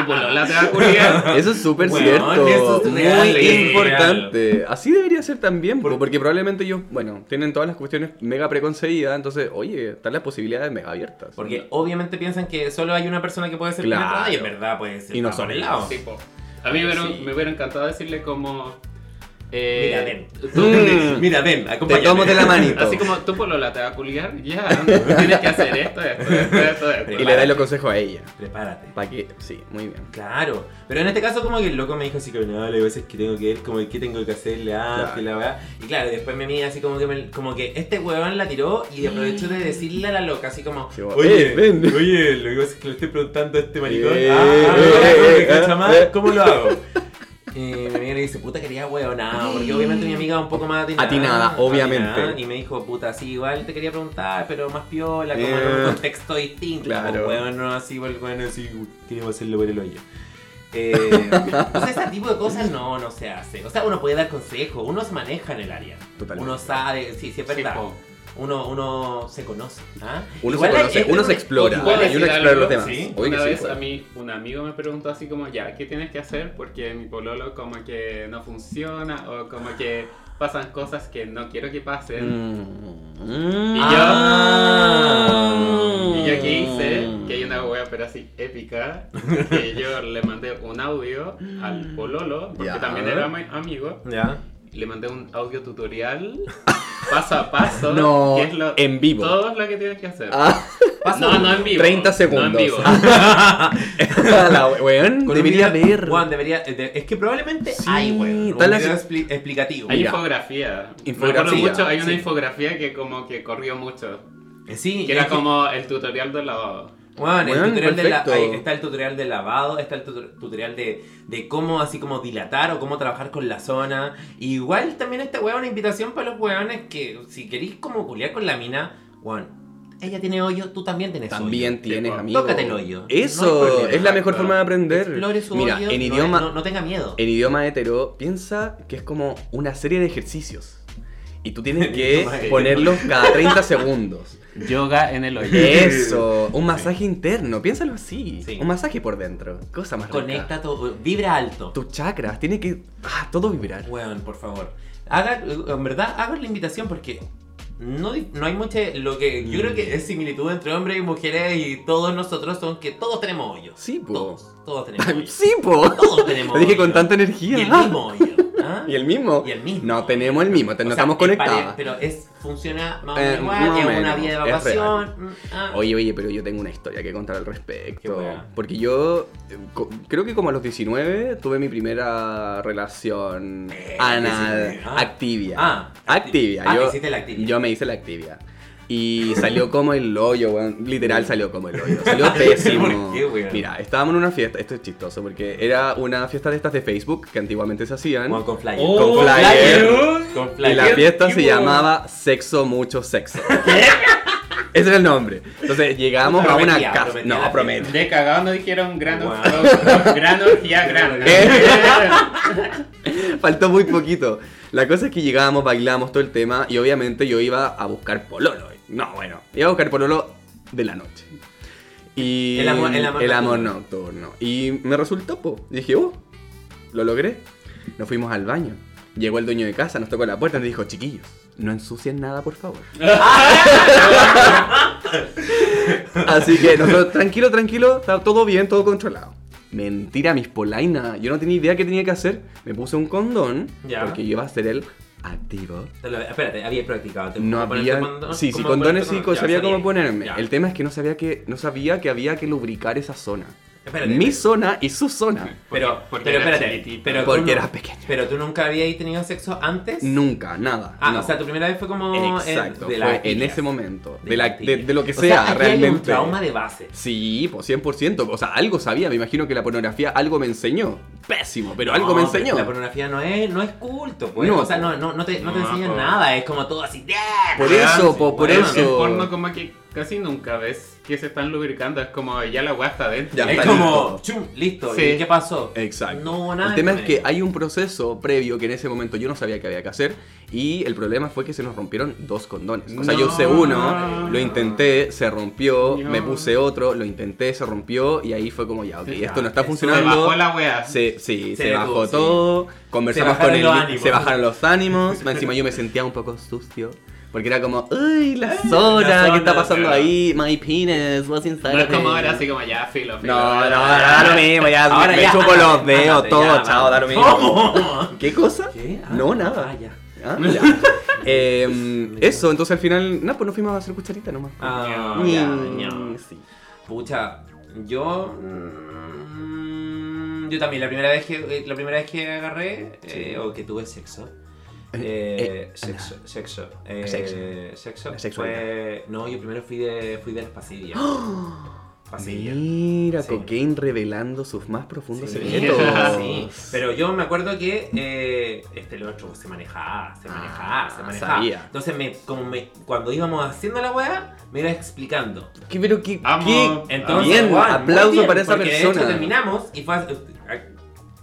[SPEAKER 5] polola te va a culiar.
[SPEAKER 2] Eso es súper
[SPEAKER 3] Bueno,
[SPEAKER 2] cierto.
[SPEAKER 3] eso es
[SPEAKER 2] muy
[SPEAKER 3] real, es
[SPEAKER 2] importante. Así debería ser también, po, porque probablemente ellos, bueno, tienen todas las cuestiones mega preconcebidas, entonces, oye, están las posibilidades mega abiertas.
[SPEAKER 3] Porque obviamente piensan que solo hay una persona que puede ser
[SPEAKER 2] Claro.
[SPEAKER 3] penetrada y en verdad puede ser.
[SPEAKER 2] Y no
[SPEAKER 3] para
[SPEAKER 2] son
[SPEAKER 3] por el
[SPEAKER 2] ellos.
[SPEAKER 3] lado.
[SPEAKER 5] Sí, po. A mí me hubiera,
[SPEAKER 3] Sí.
[SPEAKER 5] me hubiera encantado decirle como... eh,
[SPEAKER 3] Mira, ven.
[SPEAKER 2] Mm.
[SPEAKER 3] Mira, ven,
[SPEAKER 2] te
[SPEAKER 3] acompáñame.
[SPEAKER 2] tomo de la manito.
[SPEAKER 5] Así como tú polola te va a culiar, ya, tienes que hacer esto, esto, esto, esto, esto.
[SPEAKER 2] y le das los consejos a ella.
[SPEAKER 3] Prepárate.
[SPEAKER 2] Para que, sí, muy bien.
[SPEAKER 3] Claro, pero en este caso como que el loco me dijo así como, no, lo que pasa es que tengo que ver como qué tengo que hacerle antes,
[SPEAKER 2] Claro.
[SPEAKER 3] la verdad. Y claro, después me mira así como que, me- como que este huevón la tiró y aprovechó de decirle a la loca así como,
[SPEAKER 2] Sí, eh, ven.
[SPEAKER 3] oye, lo que pasa es que le estoy preguntando a este maricón,
[SPEAKER 2] Eh,
[SPEAKER 3] ah,
[SPEAKER 2] eh,
[SPEAKER 3] ah, no,
[SPEAKER 2] eh,
[SPEAKER 3] que cacha
[SPEAKER 2] eh,
[SPEAKER 3] más,
[SPEAKER 2] eh.
[SPEAKER 3] ¿cómo lo hago? Y mi amiga le dice, puta, quería huevonado, porque obviamente mi amiga es un poco más atinada.
[SPEAKER 2] Atinada, obviamente.
[SPEAKER 3] y me dijo, puta, sí, igual te quería preguntar, pero más piola, como
[SPEAKER 2] Eh.
[SPEAKER 3] en un contexto distinto.
[SPEAKER 2] Claro.
[SPEAKER 3] Como, huevón, no así, por el huevón así, queríamos hacerlo por el hoyo. Eh, o sea, ese tipo de cosas no, no se hace. O sea, uno puede dar consejos, uno se maneja en el área.
[SPEAKER 2] Totalmente.
[SPEAKER 3] Uno sabe, sí, sí, es
[SPEAKER 5] Sí,
[SPEAKER 3] verdad.
[SPEAKER 5] po.
[SPEAKER 3] uno, uno se conoce. ¿ah?
[SPEAKER 2] Uno
[SPEAKER 3] Igual
[SPEAKER 2] se
[SPEAKER 3] hay-
[SPEAKER 2] conoce,
[SPEAKER 3] este
[SPEAKER 2] uno
[SPEAKER 3] es
[SPEAKER 2] se
[SPEAKER 3] un-
[SPEAKER 2] explora.
[SPEAKER 3] igual
[SPEAKER 5] ¿Puedo
[SPEAKER 2] Y
[SPEAKER 3] es-
[SPEAKER 2] uno
[SPEAKER 5] decir
[SPEAKER 2] explora
[SPEAKER 5] algo?
[SPEAKER 2] los temas.
[SPEAKER 5] Sí.
[SPEAKER 2] Obvio
[SPEAKER 5] Una
[SPEAKER 2] que sí,
[SPEAKER 5] vez
[SPEAKER 2] pues.
[SPEAKER 5] a mí, un amigo me preguntó así como, ya, ¿qué tienes que hacer? Porque mi pololo como que no funciona o como que pasan cosas que no quiero que pasen.
[SPEAKER 2] Mm.
[SPEAKER 5] Y yo-
[SPEAKER 3] Ah.
[SPEAKER 5] Y yo que hice, que hay una wea pero así épica, que yo le mandé un audio al pololo, porque
[SPEAKER 2] Ya.
[SPEAKER 5] también era mi amigo,
[SPEAKER 3] Ya.
[SPEAKER 5] le mandé un audio tutorial paso a paso,
[SPEAKER 2] No,
[SPEAKER 5] que es lo-
[SPEAKER 2] en vivo.
[SPEAKER 5] todo es lo que tienes que hacer.
[SPEAKER 2] Ah,
[SPEAKER 5] no, no en vivo.
[SPEAKER 2] 30
[SPEAKER 5] No
[SPEAKER 2] segundos.
[SPEAKER 5] en vivo.
[SPEAKER 2] la weón,
[SPEAKER 3] Con un
[SPEAKER 2] debería
[SPEAKER 3] video-
[SPEAKER 2] ver.
[SPEAKER 3] Juan, debería. de- es que probablemente
[SPEAKER 2] Sí,
[SPEAKER 3] hay, weón.
[SPEAKER 2] tal
[SPEAKER 3] un
[SPEAKER 2] vez-
[SPEAKER 3] video expli- explicativo.
[SPEAKER 5] Hay
[SPEAKER 2] Mira.
[SPEAKER 5] infografía.
[SPEAKER 2] Infografía,
[SPEAKER 5] Me acuerdo mucho, hay una
[SPEAKER 2] sí.
[SPEAKER 5] infografía que como que corrió mucho.
[SPEAKER 3] Eh, Sí, y
[SPEAKER 5] Que era
[SPEAKER 3] hay-
[SPEAKER 5] como el tutorial del lavado.
[SPEAKER 3] Juan, el
[SPEAKER 2] Weón,
[SPEAKER 3] tutorial de la-
[SPEAKER 2] perfecto.
[SPEAKER 3] ahí está el tutorial de lavado, está el tutor- tutorial de, de cómo así como dilatar o cómo trabajar con la zona. Igual también esta weá es una invitación para los weones que si queréis como culiar con la mina, Juan, Ella tiene hoyo, tú también tienes
[SPEAKER 2] También
[SPEAKER 3] hoyo.
[SPEAKER 2] tienes,
[SPEAKER 5] Tipo,
[SPEAKER 2] amigo.
[SPEAKER 3] tócate el hoyo. No
[SPEAKER 2] Eso,
[SPEAKER 3] hay problema.
[SPEAKER 2] es la mejor forma de aprender.
[SPEAKER 3] Explore su
[SPEAKER 2] Mira,
[SPEAKER 3] hoyo,
[SPEAKER 2] en
[SPEAKER 3] no-
[SPEAKER 2] idioma,
[SPEAKER 3] no, no tenga miedo.
[SPEAKER 2] en idioma hetero, piensa que es como una serie de ejercicios. Y tú tienes que
[SPEAKER 4] idioma hetero.
[SPEAKER 2] ponerlos cada 30 segundos.
[SPEAKER 5] Yoga en el hoyo.
[SPEAKER 2] Eso, un masaje interno, piénsalo así.
[SPEAKER 3] Sí.
[SPEAKER 2] Un masaje por dentro, cosa más rica.
[SPEAKER 3] Conecta todo, vibra alto.
[SPEAKER 2] Tus chakras, tiene que ah, todo vibrar.
[SPEAKER 3] Weón, por favor. Haga, en verdad, hagan la invitación porque no, di- no hay mucha. Lo que yo creo
[SPEAKER 2] Mm.
[SPEAKER 3] que es similitud entre hombres y mujeres y todos nosotros son que todos tenemos hoyos.
[SPEAKER 2] Sí, po.
[SPEAKER 3] Todos, todos tenemos hoyos.
[SPEAKER 2] Sí, po.
[SPEAKER 3] Todos tenemos
[SPEAKER 2] Lo dije con
[SPEAKER 3] hoyos.
[SPEAKER 2] tanta energía.
[SPEAKER 3] Y el
[SPEAKER 2] Ah.
[SPEAKER 3] mismo hoyo. ¿ah?
[SPEAKER 2] ¿Y el mismo?
[SPEAKER 3] Y el mismo.
[SPEAKER 2] No, tenemos el mismo, te-
[SPEAKER 3] O
[SPEAKER 2] nos
[SPEAKER 3] sea,
[SPEAKER 2] estamos
[SPEAKER 3] es pare-
[SPEAKER 2] conectadas.
[SPEAKER 3] Pero es, funciona más o menos
[SPEAKER 2] Eh,
[SPEAKER 3] igual,
[SPEAKER 2] más o
[SPEAKER 3] es una
[SPEAKER 2] menos,
[SPEAKER 3] vía de
[SPEAKER 2] es
[SPEAKER 3] evacuación. mm, ah.
[SPEAKER 2] Oye, oye, pero yo tengo una historia que contar al
[SPEAKER 4] Qué
[SPEAKER 2] respecto.
[SPEAKER 4] buena.
[SPEAKER 2] Porque yo eh, co- creo que como a los 19 tuve mi primera relación anal,
[SPEAKER 4] 19, ah.
[SPEAKER 2] activia.
[SPEAKER 3] Ah,
[SPEAKER 2] activia.
[SPEAKER 3] Ah, te
[SPEAKER 2] yo,
[SPEAKER 3] hiciste la activia.
[SPEAKER 2] Yo me hice la activia. Y salió como el hoyo, weón. Literal salió como el hoyo. Salió pésimo.
[SPEAKER 4] ¿Por qué, weón?
[SPEAKER 2] Mira, estábamos en una fiesta. Esto es chistoso porque era una fiesta de estas de Facebook que antiguamente se hacían.
[SPEAKER 4] Juan con flyer.
[SPEAKER 5] Oh,
[SPEAKER 2] Con flyer.
[SPEAKER 5] flyer.
[SPEAKER 4] Con
[SPEAKER 2] Y la
[SPEAKER 4] flyer.
[SPEAKER 2] fiesta se
[SPEAKER 5] tipo-
[SPEAKER 2] llamaba Sexo Mucho Sexo. Ese era el nombre. Entonces llegamos a
[SPEAKER 3] Prometía,
[SPEAKER 2] una casa.
[SPEAKER 3] prometía la
[SPEAKER 2] No, promete.
[SPEAKER 5] De cagado no dijeron gran
[SPEAKER 4] Wow.
[SPEAKER 5] orgía, gran orgía, gran.
[SPEAKER 2] Faltó muy poquito. La cosa es que llegábamos, bailamos todo el tema y obviamente yo iba a buscar pololo. No, bueno, iba a buscar pololo de la noche. Y
[SPEAKER 3] El amor- el amor
[SPEAKER 2] nocturno. Y me resultó, po. Dije, oh, lo logré. Nos fuimos al baño. Llegó el dueño de casa, nos tocó la puerta y nos dijo, chiquillos, no ensucien nada, por favor. Así que nosotros, tranquilo, tranquilo, está todo bien, todo controlado. Mentira, mis polainas. Yo no tenía idea qué tenía que hacer. Me puse un condón
[SPEAKER 4] Ya.
[SPEAKER 2] porque yo iba a ser el activo.
[SPEAKER 3] Te lo- Espérate, había practicado. te-
[SPEAKER 2] No
[SPEAKER 3] ¿cómo ponerte
[SPEAKER 2] había.
[SPEAKER 3] condo-
[SPEAKER 2] Sí, sí,
[SPEAKER 3] cómo
[SPEAKER 2] condones
[SPEAKER 3] ponerte
[SPEAKER 2] sí,
[SPEAKER 3] condo- ya,
[SPEAKER 2] sabía
[SPEAKER 3] sabía.
[SPEAKER 2] cómo ponerme.
[SPEAKER 3] Ya.
[SPEAKER 2] El tema es que no sabía que no sabía que había que lubricar esa zona.
[SPEAKER 3] Espérate,
[SPEAKER 2] Mi
[SPEAKER 3] espérate.
[SPEAKER 2] zona y su zona.
[SPEAKER 3] Pero,
[SPEAKER 5] Porque
[SPEAKER 3] pero
[SPEAKER 5] era
[SPEAKER 3] espérate,
[SPEAKER 5] chiquitito.
[SPEAKER 3] pero tú
[SPEAKER 2] Porque
[SPEAKER 3] no-
[SPEAKER 2] era pequeño.
[SPEAKER 3] Pero tú nunca habías tenido sexo antes.
[SPEAKER 2] Nunca, nada.
[SPEAKER 3] Ah,
[SPEAKER 2] no.
[SPEAKER 3] o sea, tu primera vez fue como. en-
[SPEAKER 2] Exacto,
[SPEAKER 3] de la
[SPEAKER 2] fue en
[SPEAKER 3] tibia.
[SPEAKER 2] ese momento. De,
[SPEAKER 3] De
[SPEAKER 2] la,
[SPEAKER 3] la tibia.
[SPEAKER 2] de, de lo que
[SPEAKER 3] O
[SPEAKER 2] sea,
[SPEAKER 3] sea, aquí hay un
[SPEAKER 2] realmente.
[SPEAKER 3] trauma de base.
[SPEAKER 2] Sí, por 100%. O sea, algo sabía. Me imagino que la pornografía algo me enseñó. Pésimo, pero algo
[SPEAKER 3] No,
[SPEAKER 2] me
[SPEAKER 3] pero
[SPEAKER 2] enseñó.
[SPEAKER 3] La pornografía no es, no es culto, pues.
[SPEAKER 2] No,
[SPEAKER 3] o sea, no, no, no te, no te
[SPEAKER 5] no, pues.
[SPEAKER 3] enseñan
[SPEAKER 5] po.
[SPEAKER 3] nada, es como todo así.
[SPEAKER 2] Por
[SPEAKER 3] ¡ah!
[SPEAKER 2] eso, po, por
[SPEAKER 3] weón.
[SPEAKER 2] eso.
[SPEAKER 5] En porno como que casi nunca ves que se están lubricando, es como ya la weá está adentro.
[SPEAKER 2] Ya
[SPEAKER 3] Es
[SPEAKER 2] está
[SPEAKER 3] como, chum, listo.
[SPEAKER 5] Sí.
[SPEAKER 3] ¿Y qué pasó?
[SPEAKER 2] Exacto.
[SPEAKER 3] No, nada.
[SPEAKER 2] el tema
[SPEAKER 3] de
[SPEAKER 2] es que
[SPEAKER 3] medio.
[SPEAKER 2] hay un proceso previo que en ese momento yo no sabía que había que hacer y el problema fue que se nos rompieron dos condones. O sea, yo usé
[SPEAKER 5] No.
[SPEAKER 2] uno, lo intenté, se rompió,
[SPEAKER 5] No.
[SPEAKER 2] me puse otro, lo intenté, se rompió y ahí fue como ya, ok,
[SPEAKER 5] Sí,
[SPEAKER 2] esto no está
[SPEAKER 3] eso
[SPEAKER 5] Se
[SPEAKER 2] funcionando.
[SPEAKER 5] bajó la weá.
[SPEAKER 2] Se, sí,
[SPEAKER 3] Se
[SPEAKER 2] se,
[SPEAKER 3] detuvo,
[SPEAKER 2] bajó
[SPEAKER 3] sí.
[SPEAKER 2] todo, conversamos
[SPEAKER 3] bajaron
[SPEAKER 2] con él,
[SPEAKER 3] los ánimos.
[SPEAKER 2] se bajaron los ánimos, más encima yo me sentía un poco sucio, porque era como, ¡ay, la
[SPEAKER 3] Eh,
[SPEAKER 2] zona!
[SPEAKER 4] zona,
[SPEAKER 2] ¿Qué está pasando
[SPEAKER 4] claro.
[SPEAKER 2] ahí? My penis, what's inside
[SPEAKER 5] No es
[SPEAKER 2] of it?"
[SPEAKER 5] como ahora así como ya filo, filo.
[SPEAKER 2] No, no, da lo mismo, ya
[SPEAKER 3] Ahora
[SPEAKER 2] me
[SPEAKER 3] ya,
[SPEAKER 2] chupo
[SPEAKER 3] ándate,
[SPEAKER 2] los dedos,
[SPEAKER 3] ándate,
[SPEAKER 2] todo,
[SPEAKER 3] ya,
[SPEAKER 2] chao, da lo mismo.
[SPEAKER 3] ¿Cómo?
[SPEAKER 2] ¿Qué cosa?
[SPEAKER 3] ¿Qué? Ah,
[SPEAKER 2] no, nada.
[SPEAKER 3] Ah, ya.
[SPEAKER 2] Ah, ya. Em, eso, entonces al final, no, pues nos fuimos a hacer cucharita nomás.
[SPEAKER 3] Ah,
[SPEAKER 2] Mm,
[SPEAKER 3] ya, ya.
[SPEAKER 2] sí.
[SPEAKER 3] Pucha, yo. mm, Yo también, la primera vez que, eh, la primera vez que agarré eh, o que tuve sexo. Eh,
[SPEAKER 2] eh,
[SPEAKER 3] sexo, sexo, eh,
[SPEAKER 2] Sexo.
[SPEAKER 3] sexo
[SPEAKER 2] La sexualidad.
[SPEAKER 3] fue- no, yo primero fui de, fui de las pasillas. Pasillas.
[SPEAKER 2] ¡Oh! Mira,
[SPEAKER 3] Sí.
[SPEAKER 2] Cocaine revelando sus más profundos
[SPEAKER 3] Sí,
[SPEAKER 2] secretos.
[SPEAKER 3] sí. Pero yo me acuerdo que eh, este el otro se manejaba, se manejaba,
[SPEAKER 2] Ah,
[SPEAKER 3] se manejaba.
[SPEAKER 2] sabía.
[SPEAKER 3] Entonces me, como me, cuando íbamos haciendo la weá, me iba explicando.
[SPEAKER 2] ¿Qué, pero qué,
[SPEAKER 5] Amo.
[SPEAKER 2] qué-
[SPEAKER 3] Entonces,
[SPEAKER 2] bien,
[SPEAKER 3] weón, muy
[SPEAKER 2] aplauso
[SPEAKER 3] bien,
[SPEAKER 2] para esa
[SPEAKER 3] porque De
[SPEAKER 2] persona.
[SPEAKER 3] hecho, terminamos y fue así-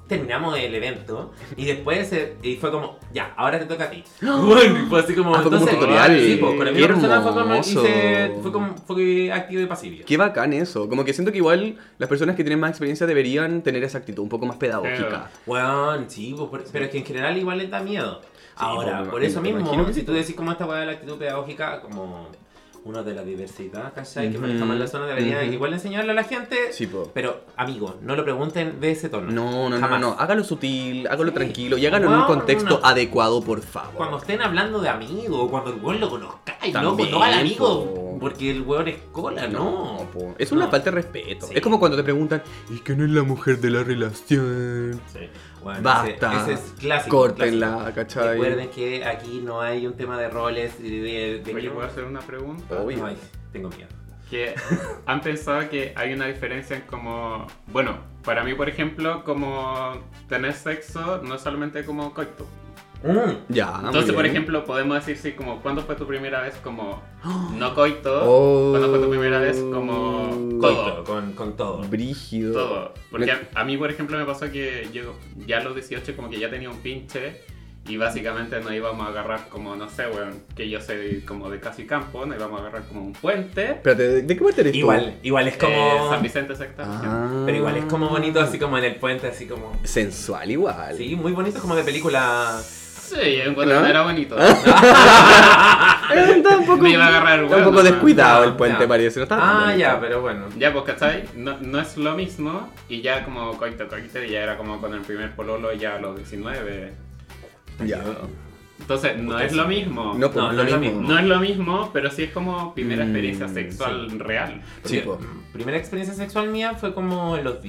[SPEAKER 3] terminamos el evento y después eh, y fue como, ya, ahora te toca a ti. Bueno, y fue así como,
[SPEAKER 2] Ah, fue como
[SPEAKER 3] entonces,
[SPEAKER 2] tutorial.
[SPEAKER 3] Sí, pues, con la misma
[SPEAKER 2] Qué
[SPEAKER 3] persona fue como,
[SPEAKER 2] hermoso.
[SPEAKER 3] hice- fue como, fue activo y pasivo.
[SPEAKER 2] Qué bacán eso. Como que siento que igual las personas que tienen más experiencia deberían tener esa actitud un poco más pedagógica.
[SPEAKER 3] Weón, sí, pues, por- pero es que en general igual les da miedo. Ahora,
[SPEAKER 2] pues,
[SPEAKER 3] por eso
[SPEAKER 2] me
[SPEAKER 3] mismo,
[SPEAKER 2] imagino que
[SPEAKER 3] si
[SPEAKER 2] sí.
[SPEAKER 3] tú decís como esta weá de la actitud pedagógica, como uno de la diversidad, ¿cachai? Que
[SPEAKER 2] Ujú,
[SPEAKER 3] maneja más la zona, debería
[SPEAKER 2] ujú.
[SPEAKER 3] igual enseñarle a la gente.
[SPEAKER 2] Sí, po.
[SPEAKER 3] Pero, amigo, no lo pregunten de ese tono.
[SPEAKER 2] No, no, no,
[SPEAKER 3] Jamás.
[SPEAKER 2] no. Hágalo sutil, hágalo
[SPEAKER 3] Sí.
[SPEAKER 2] tranquilo y hágalo en un
[SPEAKER 3] Guau,
[SPEAKER 2] contexto
[SPEAKER 3] una-
[SPEAKER 2] adecuado, por favor.
[SPEAKER 3] Cuando estén hablando de amigos, cuando el weón lo conozcáis, loco,
[SPEAKER 2] También,
[SPEAKER 3] no al amigo,
[SPEAKER 2] po.
[SPEAKER 3] porque el weón es cola, no.
[SPEAKER 2] po. es una
[SPEAKER 3] No.
[SPEAKER 2] falta de respeto.
[SPEAKER 3] Sí.
[SPEAKER 2] Es como cuando te preguntan, ¿y quién es la mujer de la relación?
[SPEAKER 3] Sí. Bueno,
[SPEAKER 2] Basta.
[SPEAKER 3] Ese, ese es clásico. clásico.
[SPEAKER 2] Córtenla, ¿cachai?
[SPEAKER 3] Recuerden que aquí no hay un tema de roles y de, de-
[SPEAKER 5] Oye, ¿puedo hacer una pregunta?
[SPEAKER 2] Obvio.
[SPEAKER 3] Ay, tengo miedo.
[SPEAKER 5] que han pensado que hay una diferencia en como, bueno, para mí por ejemplo, como tener sexo no es solamente como coito.
[SPEAKER 3] Mm.
[SPEAKER 2] Ya, Ah, muy
[SPEAKER 5] Entonces, por
[SPEAKER 2] bien.
[SPEAKER 5] ejemplo, podemos decir, sí, como, ¿cuándo fue tu primera vez como
[SPEAKER 2] ¡Ah!
[SPEAKER 5] no coito?
[SPEAKER 2] Oh.
[SPEAKER 5] ¿Cuándo fue tu primera vez como
[SPEAKER 3] Oh. Coito,
[SPEAKER 5] todo?
[SPEAKER 3] con, con todo.
[SPEAKER 2] Brígido.
[SPEAKER 5] Todo. Porque a, a mí, por ejemplo, me pasó que yo ya a los 18 como que ya tenía un pinche y básicamente nos íbamos a agarrar como, no sé, weón, que yo soy como de casi campo, nos íbamos a agarrar como un puente.
[SPEAKER 2] Espérate, ¿de- ¿de qué parte eres tú?
[SPEAKER 3] Igual, igual es
[SPEAKER 5] eh,
[SPEAKER 3] como.
[SPEAKER 5] San Vicente Sector.
[SPEAKER 2] Ah.
[SPEAKER 3] pero igual es como bonito, así como en el puente, así como.
[SPEAKER 2] Sensual igual.
[SPEAKER 3] Sí, muy bonito, como de película.
[SPEAKER 5] Sí, yo encuentro
[SPEAKER 2] ¿No? Ah.
[SPEAKER 5] que era bonito.
[SPEAKER 2] Eh, está un poco,
[SPEAKER 5] Me iba a agarrar,
[SPEAKER 2] está un
[SPEAKER 5] bueno,
[SPEAKER 2] poco
[SPEAKER 5] no,
[SPEAKER 2] descuidado
[SPEAKER 3] no,
[SPEAKER 2] el puente,
[SPEAKER 3] ya.
[SPEAKER 2] parece. No está tan
[SPEAKER 3] Ah,
[SPEAKER 2] bonito.
[SPEAKER 3] ya, pero bueno.
[SPEAKER 5] Ya, pues, ¿cachai? No, no es lo mismo y ya como coito, coito, y ya era como con el primer pololo ya a los 19.
[SPEAKER 2] Ya.
[SPEAKER 5] Entonces, no es lo mismo.
[SPEAKER 2] No, pues,
[SPEAKER 3] No,
[SPEAKER 2] lo
[SPEAKER 3] no es lo
[SPEAKER 2] mismo.
[SPEAKER 5] No es lo mismo, pero sí es como primera
[SPEAKER 2] Mm,
[SPEAKER 5] experiencia sexual real.
[SPEAKER 2] Sí,
[SPEAKER 3] Porque,
[SPEAKER 2] po.
[SPEAKER 3] mm, primera experiencia sexual mía fue como en los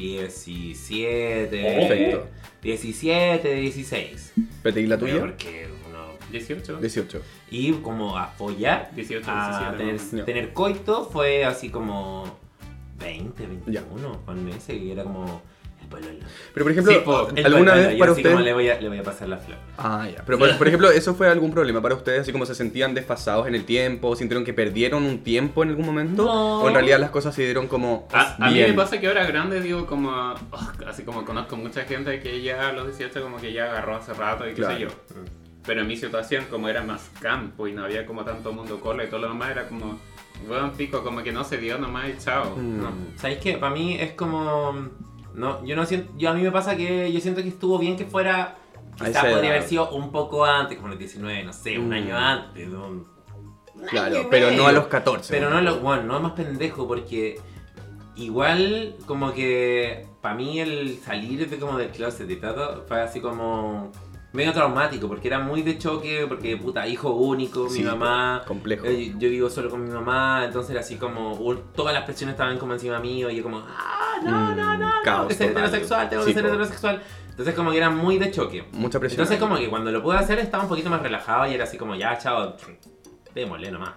[SPEAKER 3] 17.
[SPEAKER 2] Perfecto.
[SPEAKER 3] 17, 16.
[SPEAKER 2] Espérate, ¿y la
[SPEAKER 3] Pero
[SPEAKER 2] tuya?
[SPEAKER 3] Porque uno.
[SPEAKER 5] 18.
[SPEAKER 2] 18.
[SPEAKER 3] Y como a follar,
[SPEAKER 5] 18,
[SPEAKER 3] a
[SPEAKER 5] 17.
[SPEAKER 3] tener,
[SPEAKER 2] no.
[SPEAKER 3] tener coito fue así como 20,
[SPEAKER 2] Ya.
[SPEAKER 3] 21, con ese, y era como el pololo.
[SPEAKER 2] Pero por ejemplo,
[SPEAKER 3] Sí, po, el
[SPEAKER 2] ¿alguna
[SPEAKER 3] pololo,
[SPEAKER 2] vez
[SPEAKER 3] y
[SPEAKER 2] para
[SPEAKER 3] así como
[SPEAKER 2] ustedes
[SPEAKER 3] le voy, a, le voy a pasar la flor.
[SPEAKER 2] Ah, ya. Pero por, por ejemplo, ¿eso fue algún problema para ustedes? Así como se sentían desfasados en el tiempo, sintieron que perdieron un tiempo en algún momento.
[SPEAKER 3] No.
[SPEAKER 2] O en realidad las cosas se dieron como.
[SPEAKER 5] Ah, A, a
[SPEAKER 2] Pues
[SPEAKER 5] mí
[SPEAKER 2] bien?
[SPEAKER 5] me pasa que ahora grande digo como, "Oh", así como conozco mucha gente que ya a los 18 como que ya agarró hace rato y qué
[SPEAKER 2] Claro. Mm.
[SPEAKER 5] sé yo. Pero en mi situación como era más campo y no había como tanto mundo cola y todo lo demás era como, weón pico, como que no se dio nomás y chao.
[SPEAKER 2] Mm.
[SPEAKER 5] No.
[SPEAKER 3] ¿Sabéis qué? Para mí es como. No, yo no siento. Yo a mí me pasa que yo siento que estuvo bien que fuera.
[SPEAKER 2] A
[SPEAKER 3] Quizás
[SPEAKER 2] esa
[SPEAKER 3] podría
[SPEAKER 2] edad.
[SPEAKER 3] haber sido un poco antes, como los 19, no sé, un
[SPEAKER 2] Mm.
[SPEAKER 3] año antes. un-
[SPEAKER 2] Claro, pero no a los 14.
[SPEAKER 3] Pero no lo. Bueno, no más pendejo, porque. Igual, como que. Para mí el salir de como del closet y todo fue así como. Medio traumático, porque era muy de choque, porque puta, hijo único,
[SPEAKER 2] Sí,
[SPEAKER 3] mi mamá.
[SPEAKER 2] Complejo.
[SPEAKER 3] Eh, Yo, yo vivo solo con mi mamá, entonces era así como, un- todas las presiones estaban como encima mío y yo como, ah, no,
[SPEAKER 2] Mm,
[SPEAKER 3] no, no,
[SPEAKER 2] caos
[SPEAKER 3] tengo que ser
[SPEAKER 2] total.
[SPEAKER 3] heterosexual, tengo
[SPEAKER 2] Sí,
[SPEAKER 3] que ser
[SPEAKER 2] po.
[SPEAKER 3] heterosexual. Entonces como que era muy de choque.
[SPEAKER 2] Mucha presión.
[SPEAKER 3] Entonces como que cuando lo pude hacer estaba un poquito más relajado y era así como, ya, chao, démosle nomás.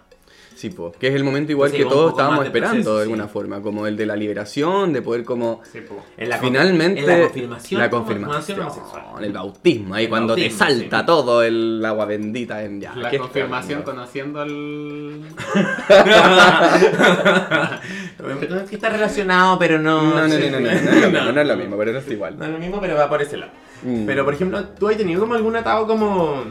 [SPEAKER 2] Sí, po. Que es el momento igual
[SPEAKER 3] Sí,
[SPEAKER 2] que
[SPEAKER 3] un
[SPEAKER 2] todos
[SPEAKER 3] poco más
[SPEAKER 2] estábamos
[SPEAKER 3] de
[SPEAKER 2] esperando
[SPEAKER 3] proceso,
[SPEAKER 2] de
[SPEAKER 3] sí.
[SPEAKER 2] alguna forma. Como el de la liberación, de poder como.
[SPEAKER 5] Sí, po.
[SPEAKER 3] En la con-
[SPEAKER 2] Finalmente,
[SPEAKER 3] en la confirmación.
[SPEAKER 2] la
[SPEAKER 3] como
[SPEAKER 2] confirmación,
[SPEAKER 3] homosexual.
[SPEAKER 2] el bautismo, ahí
[SPEAKER 3] El
[SPEAKER 2] cuando te
[SPEAKER 3] bautismo,
[SPEAKER 2] salta
[SPEAKER 3] sí.
[SPEAKER 2] todo el agua bendita en ya.
[SPEAKER 5] La
[SPEAKER 2] Ah, qué
[SPEAKER 5] confirmación
[SPEAKER 2] escándalo.
[SPEAKER 5] conociendo al...
[SPEAKER 3] No, es que está relacionado, pero no...
[SPEAKER 2] No, no, no, no, no, no, no, es lo mismo, no es lo mismo, pero
[SPEAKER 3] No.
[SPEAKER 2] no está igual.
[SPEAKER 3] No es lo mismo, pero va por ese lado.
[SPEAKER 2] Mm.
[SPEAKER 3] Pero por ejemplo, ¿tú has tenido como algún atado como...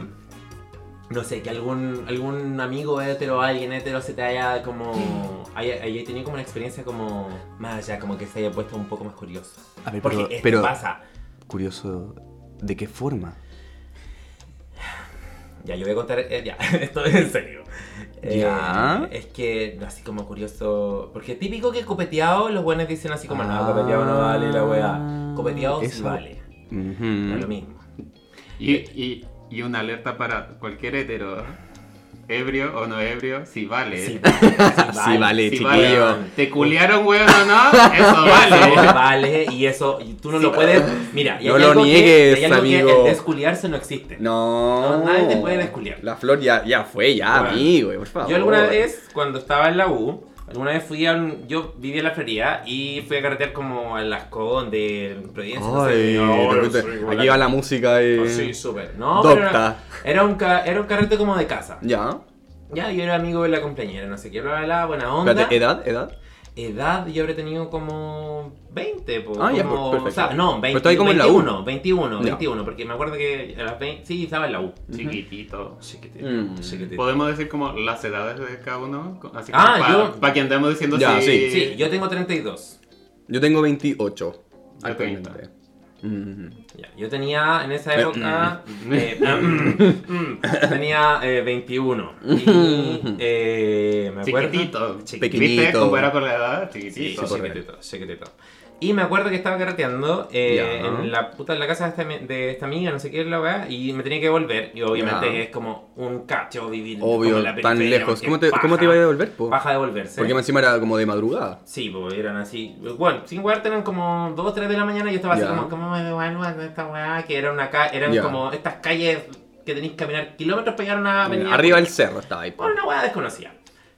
[SPEAKER 3] No sé, que algún, algún amigo hetero o alguien hetero se te haya como... haya, haya tenido como una experiencia como... Más allá, como que se haya puesto un poco más curioso.
[SPEAKER 2] A ver,
[SPEAKER 3] Porque
[SPEAKER 2] pero-
[SPEAKER 3] esto
[SPEAKER 2] pero-
[SPEAKER 3] pasa.
[SPEAKER 2] Curioso, ¿de qué forma?
[SPEAKER 3] Ya, yo voy a contar... eh, ya, esto es en serio. Eh,
[SPEAKER 2] Ya.
[SPEAKER 3] es que, así como curioso... Porque típico que copeteado, los buenos dicen así como...
[SPEAKER 2] Ah.
[SPEAKER 3] no, copeteado no vale, la weá. Copeteado sí
[SPEAKER 2] Eso-
[SPEAKER 3] vale. No es lo mismo.
[SPEAKER 5] Y, y, y una alerta para cualquier hetero. Ebrio o no ebrio, si vale.
[SPEAKER 3] Sí, vale.
[SPEAKER 2] Eh. Sí, vale,
[SPEAKER 5] Si
[SPEAKER 2] chiquillo.
[SPEAKER 5] vale. Te culiaron, weón, o no, eso vale.
[SPEAKER 3] Eso Eh, vale, y eso, y tú no lo puedes. Mira, y
[SPEAKER 2] No
[SPEAKER 3] hay
[SPEAKER 2] lo
[SPEAKER 3] algo que-
[SPEAKER 2] niegues,
[SPEAKER 3] hay algo que
[SPEAKER 2] amigo.
[SPEAKER 3] el desculiarse no existe.
[SPEAKER 2] No.
[SPEAKER 3] No, nadie te puede desculiar.
[SPEAKER 2] La flor ya, ya fue, ya,
[SPEAKER 3] Bueno.
[SPEAKER 2] amigo, por favor.
[SPEAKER 3] Yo alguna vez, cuando estaba en la U, alguna vez fui a un- Yo vivía en la Florida y fui a carretear como a Las Condes, en Providencia. no sé,
[SPEAKER 2] Ay,
[SPEAKER 3] y ahora
[SPEAKER 2] de repente,
[SPEAKER 3] soy igual
[SPEAKER 2] aquí
[SPEAKER 3] a-
[SPEAKER 2] va la música
[SPEAKER 3] Ah,
[SPEAKER 2] eh,
[SPEAKER 3] Sí, súper. No, pero era,
[SPEAKER 2] docta.
[SPEAKER 3] era un ca- era un carrete como de casa.
[SPEAKER 2] Ya.
[SPEAKER 3] Ya, yo era amigo de la compañera, no sé qué, bla, bla, bla, buena onda.
[SPEAKER 2] Espérate, edad, edad.
[SPEAKER 3] edad yo habré tenido como 20, po,
[SPEAKER 2] Ah, ya,
[SPEAKER 3] como-
[SPEAKER 2] perfecto.
[SPEAKER 3] o sea, no, 20,
[SPEAKER 2] Pero estoy como en la U.
[SPEAKER 3] 21, 21,
[SPEAKER 2] Ya.
[SPEAKER 3] 21, porque me acuerdo que a las 20, sí, estaba en la U.
[SPEAKER 5] Chiquitito.
[SPEAKER 3] Chiquitito,
[SPEAKER 2] Mm.
[SPEAKER 3] chiquitito.
[SPEAKER 5] Podemos decir como las edades de cada uno.
[SPEAKER 3] Este,
[SPEAKER 5] Así
[SPEAKER 3] Ah,
[SPEAKER 5] para,
[SPEAKER 3] yo-
[SPEAKER 5] que andemos diciendo
[SPEAKER 2] Ya, sí.
[SPEAKER 5] si...
[SPEAKER 3] Sí, yo tengo 32.
[SPEAKER 2] Yo tengo 28
[SPEAKER 5] Yo
[SPEAKER 2] actualmente. Mm.
[SPEAKER 3] Ya, Yo tenía en esa época. eh, mm, tenía eh, 21. Y. eh, me acuerdo.
[SPEAKER 5] Chiquitito.
[SPEAKER 3] Chiquitito.
[SPEAKER 5] ¿Viste?
[SPEAKER 2] Pequeñito.
[SPEAKER 5] Comparado con la edad,
[SPEAKER 3] Sí,
[SPEAKER 5] chiquitito.
[SPEAKER 2] correcto.
[SPEAKER 3] chiquitito, chiquitito. Y me acuerdo que estaba carreteando eh,
[SPEAKER 2] Ya.
[SPEAKER 3] en la puta en la casa de esta, ami- de esta amiga, no sé qué es la weá, y me tenía que volver. Y obviamente
[SPEAKER 2] Ya.
[SPEAKER 3] es como un cacho vivir como en
[SPEAKER 2] Obvio,
[SPEAKER 3] la
[SPEAKER 2] tan
[SPEAKER 3] periferia,
[SPEAKER 2] lejos.
[SPEAKER 3] porque
[SPEAKER 2] ¿Cómo te,
[SPEAKER 3] paja,
[SPEAKER 2] ¿Cómo te iba a devolver, po?
[SPEAKER 3] Paja devolverse.
[SPEAKER 2] Porque encima era como de madrugada.
[SPEAKER 3] Sí, pues eran así. Bueno, sin guardar eran como 2 o 3 de la mañana y yo estaba
[SPEAKER 2] Ya.
[SPEAKER 3] así como, ¿cómo me devuelvo a esta weá? Que era una ca eran
[SPEAKER 2] Ya.
[SPEAKER 3] como estas calles que tenéis que caminar kilómetros para llegar a una avenida.
[SPEAKER 2] Arriba del cerro estaba ahí, po.
[SPEAKER 3] Por una weá desconocida.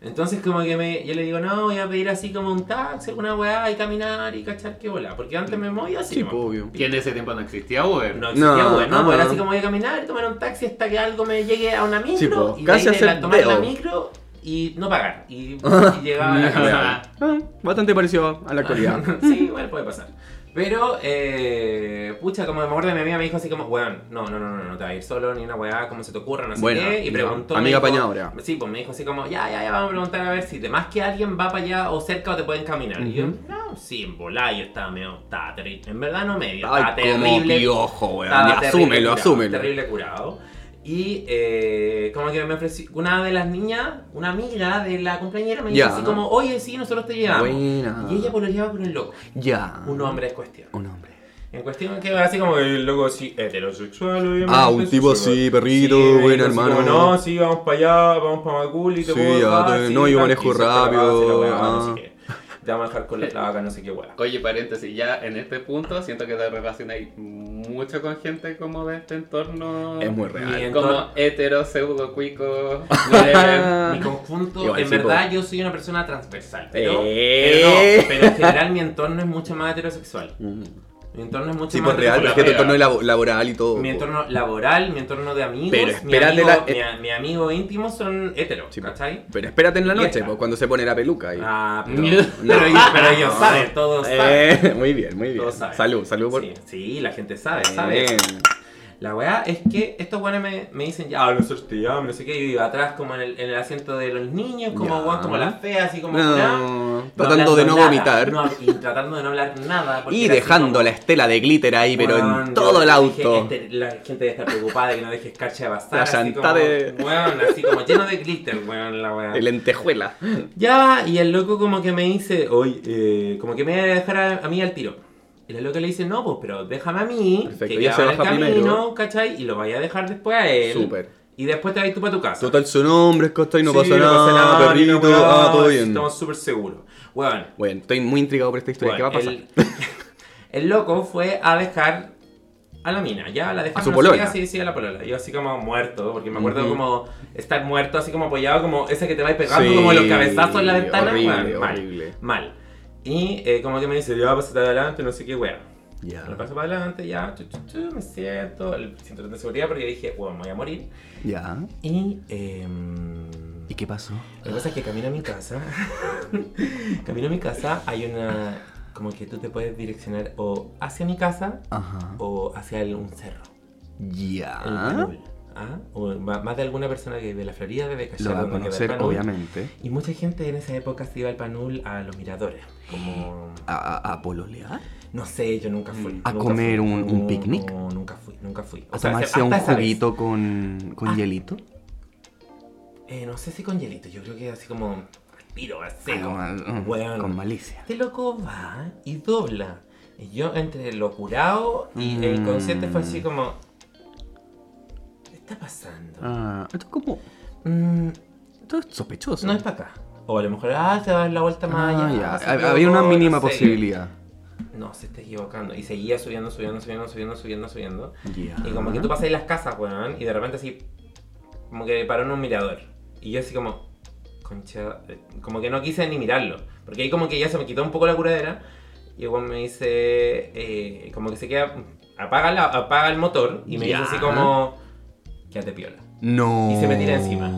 [SPEAKER 3] Entonces como que me, yo le digo, no, voy a pedir así como un taxi, alguna weá, y caminar y cachar qué bola. Porque antes me movía así.
[SPEAKER 2] Sí,
[SPEAKER 3] nomás.
[SPEAKER 2] pues, obvio.
[SPEAKER 5] Que en ese tiempo no existía Uber.
[SPEAKER 3] No existía
[SPEAKER 2] No,
[SPEAKER 3] Uber, no,
[SPEAKER 2] no.
[SPEAKER 3] pues era así como voy a caminar, tomar un taxi hasta que algo me llegue a una micro
[SPEAKER 2] Sí, po,
[SPEAKER 3] y
[SPEAKER 2] casi
[SPEAKER 3] de ahí de la-
[SPEAKER 2] hacer
[SPEAKER 3] tomar la
[SPEAKER 2] veo.
[SPEAKER 3] micro y no pagar. Y, y llegaba a la casa.
[SPEAKER 2] Ah, bastante parecido a la actualidad.
[SPEAKER 3] sí, igual puede pasar. Pero, eh, pucha, como me acuerdo de mi amiga me dijo así como, weón, no, no, no, no, no te vas a ir solo ni una weá, como se te ocurra, no sé
[SPEAKER 2] Buena,
[SPEAKER 3] qué. Y
[SPEAKER 2] ya.
[SPEAKER 3] preguntó.
[SPEAKER 2] Amiga
[SPEAKER 3] me dijo-
[SPEAKER 2] apañadora.
[SPEAKER 3] Sí, pues me dijo así como, ya, ya, ya, vamos a preguntar a ver si de más que alguien va para allá o cerca o te pueden caminar. Y yo,
[SPEAKER 2] Ujú.
[SPEAKER 3] no, sí, en volá, yo estaba medio, estaba terrible. En verdad no medio, estaba
[SPEAKER 2] Ay, como
[SPEAKER 3] terrible.
[SPEAKER 2] piojo, weón.
[SPEAKER 3] Estaba
[SPEAKER 2] Ya,
[SPEAKER 3] terrible
[SPEAKER 2] Asúmelo,
[SPEAKER 3] curado,
[SPEAKER 2] asúmelo.
[SPEAKER 3] Terrible curado. Y eh, como que me ofreció, una de las niñas, una amiga de la compañera me dijo
[SPEAKER 2] Ya.
[SPEAKER 3] así como, oye, sí, nosotros te llevamos.
[SPEAKER 2] Buena.
[SPEAKER 3] Y ella pololeaba con un loco,
[SPEAKER 2] Ya.
[SPEAKER 3] Ah. un hombre en cuestión.
[SPEAKER 2] Un hombre.
[SPEAKER 3] En cuestión que era así como el loco así heterosexual, obviamente.
[SPEAKER 2] Ah, un tipo
[SPEAKER 3] sí,
[SPEAKER 2] así,
[SPEAKER 3] sí,
[SPEAKER 2] perrito,
[SPEAKER 3] sí,
[SPEAKER 2] buen
[SPEAKER 3] así
[SPEAKER 2] hermano.
[SPEAKER 3] como, no, sí, vamos para allá, vamos para Macul y te
[SPEAKER 2] Sí,
[SPEAKER 3] puedo
[SPEAKER 2] ya,
[SPEAKER 3] dejar,
[SPEAKER 2] te-
[SPEAKER 3] sí,
[SPEAKER 2] no, yo manejo
[SPEAKER 3] tranqui, se te va,
[SPEAKER 2] rápido,
[SPEAKER 3] se la hueá,
[SPEAKER 2] ah.
[SPEAKER 3] no sé qué. Te vamos a dejar con la placa, no sé qué hueá.
[SPEAKER 5] Oye, paréntesis, ya en este punto siento que te relacionáis mucho con gente como de este entorno.
[SPEAKER 2] Es muy
[SPEAKER 3] Mi
[SPEAKER 2] real.
[SPEAKER 5] Como
[SPEAKER 3] entorno-
[SPEAKER 5] hetero, pseudo, cuico.
[SPEAKER 3] Mi conjunto,
[SPEAKER 2] Igual,
[SPEAKER 3] en
[SPEAKER 2] sí,
[SPEAKER 3] verdad yo soy una persona transversal, pero,
[SPEAKER 2] Eh.
[SPEAKER 3] pero no, pero en general mi entorno es mucho más heterosexual.
[SPEAKER 2] Mm.
[SPEAKER 3] Mi entorno es mucho
[SPEAKER 2] Sí,
[SPEAKER 3] más
[SPEAKER 2] pues real,
[SPEAKER 3] heterosexual.
[SPEAKER 2] es que tu
[SPEAKER 5] pega.
[SPEAKER 2] entorno labo- laboral y todo.
[SPEAKER 3] Mi
[SPEAKER 2] po.
[SPEAKER 3] entorno laboral, mi entorno de amigos,
[SPEAKER 2] Pero
[SPEAKER 3] mi,
[SPEAKER 2] espérate
[SPEAKER 3] amigo,
[SPEAKER 2] la- eh,
[SPEAKER 3] mi, a- mi amigo íntimo son heteros,
[SPEAKER 2] Sí, pues. po.
[SPEAKER 3] ¿cachai?
[SPEAKER 2] Pero espérate en la
[SPEAKER 3] Ya
[SPEAKER 2] noche,
[SPEAKER 3] está.
[SPEAKER 2] pues, cuando se pone la peluca. ahí.
[SPEAKER 3] Ah, pero,
[SPEAKER 5] No.
[SPEAKER 3] pero, ellos, pero ellos saben, todos saben.
[SPEAKER 2] Eh, muy bien, muy bien.
[SPEAKER 3] Todos saben.
[SPEAKER 2] Salud, salud por. Eh.
[SPEAKER 3] Sí, sí, la gente sabe, sabe.
[SPEAKER 2] Bien.
[SPEAKER 3] La weá es que estos weones me, me dicen ya, ah, nosotros te llamamos, no sé qué. Yo iba atrás como en el, en el asiento de los niños, como
[SPEAKER 2] Ya.
[SPEAKER 3] weón, como las feas, así como curada, no
[SPEAKER 2] No, tratando de no
[SPEAKER 3] hablando nada,
[SPEAKER 2] vomitar.
[SPEAKER 3] no, y tratando de no hablar nada. porque
[SPEAKER 2] Y
[SPEAKER 3] era así
[SPEAKER 2] dejando la estela de glitter ahí, pero
[SPEAKER 3] Weón,
[SPEAKER 2] en
[SPEAKER 3] yo
[SPEAKER 2] todo el
[SPEAKER 3] dije,
[SPEAKER 2] auto.
[SPEAKER 3] este, la gente debe estar preocupada de que no deje escarcha de bastar.
[SPEAKER 2] La
[SPEAKER 3] así
[SPEAKER 2] llanta
[SPEAKER 3] como,
[SPEAKER 2] de-
[SPEAKER 3] Weón, así como lleno de glitter, weón, la weá.
[SPEAKER 2] El lentejuela.
[SPEAKER 3] Ya, y el loco como que me dice, oye, eh, como que me iba a dejar a, a mí al tiro. Y la loca le dice, no, pues, pero déjame a mí,
[SPEAKER 2] Perfecto,
[SPEAKER 3] que
[SPEAKER 2] ella
[SPEAKER 3] ya
[SPEAKER 2] se
[SPEAKER 3] va en el
[SPEAKER 2] baja
[SPEAKER 3] camino,
[SPEAKER 2] primero.
[SPEAKER 3] ¿cachai? Y lo vaya a dejar después a él.
[SPEAKER 2] Súper.
[SPEAKER 3] Y después te vas tú para tu casa.
[SPEAKER 2] Total, su nombre es Costa y no
[SPEAKER 3] Sí,
[SPEAKER 2] pasa nada,
[SPEAKER 3] ni
[SPEAKER 2] perrito.
[SPEAKER 3] una weá,
[SPEAKER 2] ah, todo bien.
[SPEAKER 3] Estamos súper seguros. Bueno,
[SPEAKER 2] Bueno, estoy muy intrigado por esta historia. ¿Qué va a pasar?
[SPEAKER 3] El, el loco fue a dejar a la mina, ya la dejamos.
[SPEAKER 2] A su
[SPEAKER 3] no sé
[SPEAKER 2] polola.
[SPEAKER 3] qué, así, sí, a la polola. Yo así como muerto, porque me acuerdo
[SPEAKER 2] Ujú.
[SPEAKER 3] como estar muerto, así como apoyado, como ese que te va pegando, como los cabezazos en la ventana.
[SPEAKER 2] Horrible,
[SPEAKER 3] weón, mal,
[SPEAKER 2] horrible.
[SPEAKER 3] mal. Y eh, como que me dice, ya, pásate adelante, no sé qué, weón.
[SPEAKER 2] Ya.
[SPEAKER 3] Me paso para adelante, ya, chu, chu, chu, me siento, el cinturón de seguridad, porque dije, weón, me voy a morir.
[SPEAKER 2] Ya.
[SPEAKER 3] Y, em,
[SPEAKER 2] ¿Y qué pasó?
[SPEAKER 3] lo que pasa es que camino a mi casa. camino a mi casa, hay una. Como que tú te puedes direccionar o hacia mi casa
[SPEAKER 2] Ajá.
[SPEAKER 3] o hacia el- un cerro.
[SPEAKER 2] Ya.
[SPEAKER 3] el Panul, ¿ah? O ma- más de alguna persona que de la Florida debe cachar
[SPEAKER 2] Lo va a
[SPEAKER 3] dónde queda el
[SPEAKER 2] conocer,
[SPEAKER 3] Panul.
[SPEAKER 2] obviamente.
[SPEAKER 3] Y mucha gente en esa época se iba al panul a los miradores. Como.
[SPEAKER 2] A, a- a pololear.
[SPEAKER 3] No sé, yo nunca fui.
[SPEAKER 2] ¿A
[SPEAKER 3] nunca
[SPEAKER 2] comer
[SPEAKER 3] fui.
[SPEAKER 2] un- un picnic?
[SPEAKER 3] No, nunca fui, nunca fui.
[SPEAKER 2] A
[SPEAKER 3] O sea,
[SPEAKER 2] tomarse
[SPEAKER 3] hasta
[SPEAKER 2] un
[SPEAKER 3] esa vez.
[SPEAKER 2] juguito con, con
[SPEAKER 3] Ah.
[SPEAKER 2] hielito.
[SPEAKER 3] Eh, no sé si con hielito, yo creo que así como. al Tiro, al
[SPEAKER 2] Ah,
[SPEAKER 3] seco.
[SPEAKER 2] con-
[SPEAKER 3] Weón.
[SPEAKER 2] Con malicia.
[SPEAKER 3] Este loco va y dobla. Y yo entre lo curado y
[SPEAKER 2] Mm.
[SPEAKER 3] el inconsciente fue así como... ¿Qué está pasando?
[SPEAKER 2] Ah, esto es como.
[SPEAKER 3] Mm,
[SPEAKER 2] Esto es sospechoso.
[SPEAKER 3] no es para acá. O a lo mejor, ah, se va a dar la vuelta más
[SPEAKER 2] Ah,
[SPEAKER 3] allá.
[SPEAKER 2] ya.
[SPEAKER 3] se
[SPEAKER 2] Hab-
[SPEAKER 3] equivocó,
[SPEAKER 2] Había una
[SPEAKER 3] no
[SPEAKER 2] mínima
[SPEAKER 3] sé.
[SPEAKER 2] posibilidad.
[SPEAKER 3] No, se está equivocando. Y seguía subiendo, subiendo, subiendo, subiendo, subiendo, subiendo.
[SPEAKER 2] Ya.
[SPEAKER 3] Y como que tú pasas ahí las casas, weón, y de repente así, como que paró en un mirador. Y yo así como, concha, eh, como que no quise ni mirarlo. Porque ahí como que ya se me quitó un poco la curadera. Y el weón me dice, eh, como que se queda, apaga, la- apaga el motor. Y me
[SPEAKER 2] Ya.
[SPEAKER 3] dice así como, quédate piola.
[SPEAKER 2] No.
[SPEAKER 3] Y se me tira encima.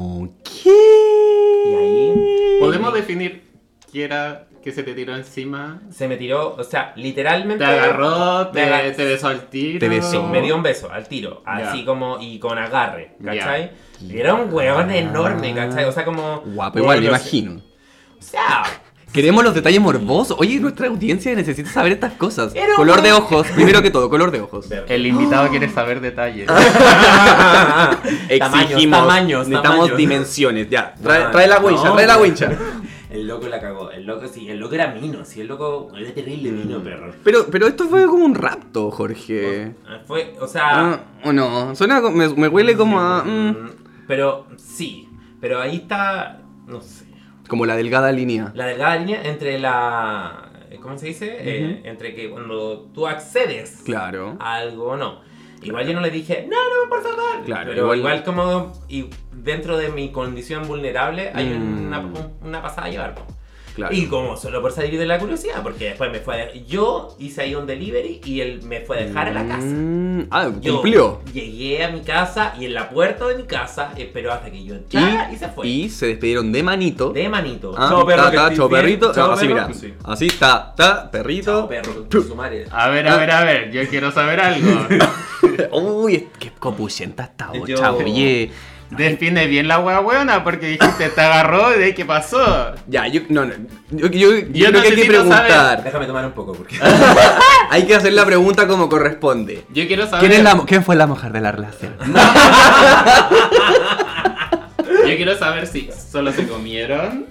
[SPEAKER 2] ¿Qué?
[SPEAKER 3] Y ahí
[SPEAKER 5] Podemos definir que era que se te tiró encima.
[SPEAKER 3] se me tiró, o sea, literalmente...
[SPEAKER 5] Te agarró,
[SPEAKER 3] Me
[SPEAKER 5] te,
[SPEAKER 3] agar-
[SPEAKER 5] te besó al tiro.
[SPEAKER 2] Te besó.
[SPEAKER 3] Sí, me dio un beso al tiro,
[SPEAKER 5] Ya.
[SPEAKER 3] así como, y con agarre,
[SPEAKER 5] Ya.
[SPEAKER 3] ¿cachai? Y Era un weón enorme, ¿cachai? O sea, como...
[SPEAKER 2] Guapo, igual, me
[SPEAKER 3] Bueno,
[SPEAKER 2] imagino.
[SPEAKER 3] O sea,
[SPEAKER 2] Queremos los detalles morbosos. Oye, nuestra audiencia necesita saber estas cosas.
[SPEAKER 3] Era un-
[SPEAKER 2] color de ojos, primero que todo, color de ojos.
[SPEAKER 5] El invitado quiere saber detalles.
[SPEAKER 2] Ah, Exigimos,
[SPEAKER 3] tamaños,
[SPEAKER 2] necesitamos
[SPEAKER 3] tamaños.
[SPEAKER 2] dimensiones. Ya, trae,
[SPEAKER 3] Tamaños.
[SPEAKER 2] trae la wincha,
[SPEAKER 3] No,
[SPEAKER 2] trae la
[SPEAKER 3] güey.
[SPEAKER 2] wincha.
[SPEAKER 3] El loco la cagó. El loco, sí, el loco era mino, sí, el loco era terrible
[SPEAKER 2] Mm.
[SPEAKER 3] mino, perro.
[SPEAKER 2] Pero, pero esto fue como un rapto, Jorge.
[SPEAKER 3] Ah, Fue, o sea.
[SPEAKER 2] Ah, o no, suena, co- me, me huele como a. mm,
[SPEAKER 3] mm, Pero sí, pero ahí está, no sé.
[SPEAKER 2] como la delgada línea.
[SPEAKER 3] La delgada línea entre la. ¿Cómo se dice? Eh, entre que cuando tú accedes
[SPEAKER 2] Claro.
[SPEAKER 3] a algo o no. Igual yo no le dije, no, no, por favor.
[SPEAKER 2] Claro,
[SPEAKER 3] pero
[SPEAKER 2] igual-
[SPEAKER 3] igual, como y dentro de mi condición vulnerable hay
[SPEAKER 2] Mm.
[SPEAKER 3] una, un- una pasada a llevar. po.
[SPEAKER 2] Claro.
[SPEAKER 3] Y como solo por salir de la curiosidad, porque después me fue a de- Yo hice ahí un delivery y él me fue a dejar a la casa.
[SPEAKER 2] Mm, Ah,
[SPEAKER 3] Yo
[SPEAKER 2] cumplió.
[SPEAKER 3] llegué a mi casa y en la puerta de mi casa esperó hasta que yo entrara y, se fue.
[SPEAKER 2] y se despidieron de manito.
[SPEAKER 3] de manito.
[SPEAKER 2] Ah,
[SPEAKER 4] Chao, perro,
[SPEAKER 2] ta,
[SPEAKER 4] que
[SPEAKER 2] ta,
[SPEAKER 4] estés
[SPEAKER 2] chao,
[SPEAKER 4] bien.
[SPEAKER 2] perrito. No,
[SPEAKER 4] Chao,
[SPEAKER 2] así
[SPEAKER 4] perro.
[SPEAKER 2] mira.
[SPEAKER 4] Sí.
[SPEAKER 2] Así, ta, ta, perrito.
[SPEAKER 3] Chao, perro,
[SPEAKER 2] Chu.
[SPEAKER 3] su madre.
[SPEAKER 5] A ver, a ver, a ver, yo quiero saber algo.
[SPEAKER 2] Uy, es- qué copuchenta está, vos,
[SPEAKER 4] Yo-
[SPEAKER 2] chao, oye.
[SPEAKER 5] Define bien la wea buena porque dijiste te agarró y de ahí qué pasó.
[SPEAKER 2] Ya, yo, no, no, yo, yo, yo creo que hay que
[SPEAKER 5] necesito
[SPEAKER 2] preguntar.
[SPEAKER 3] Déjame tomar un poco porque.
[SPEAKER 2] Hay que hacer la pregunta como corresponde.
[SPEAKER 5] Yo quiero saber.
[SPEAKER 2] ¿Quién, es la, mu- quién fue la mujer de la relación?
[SPEAKER 5] Yo quiero saber si solo se comieron,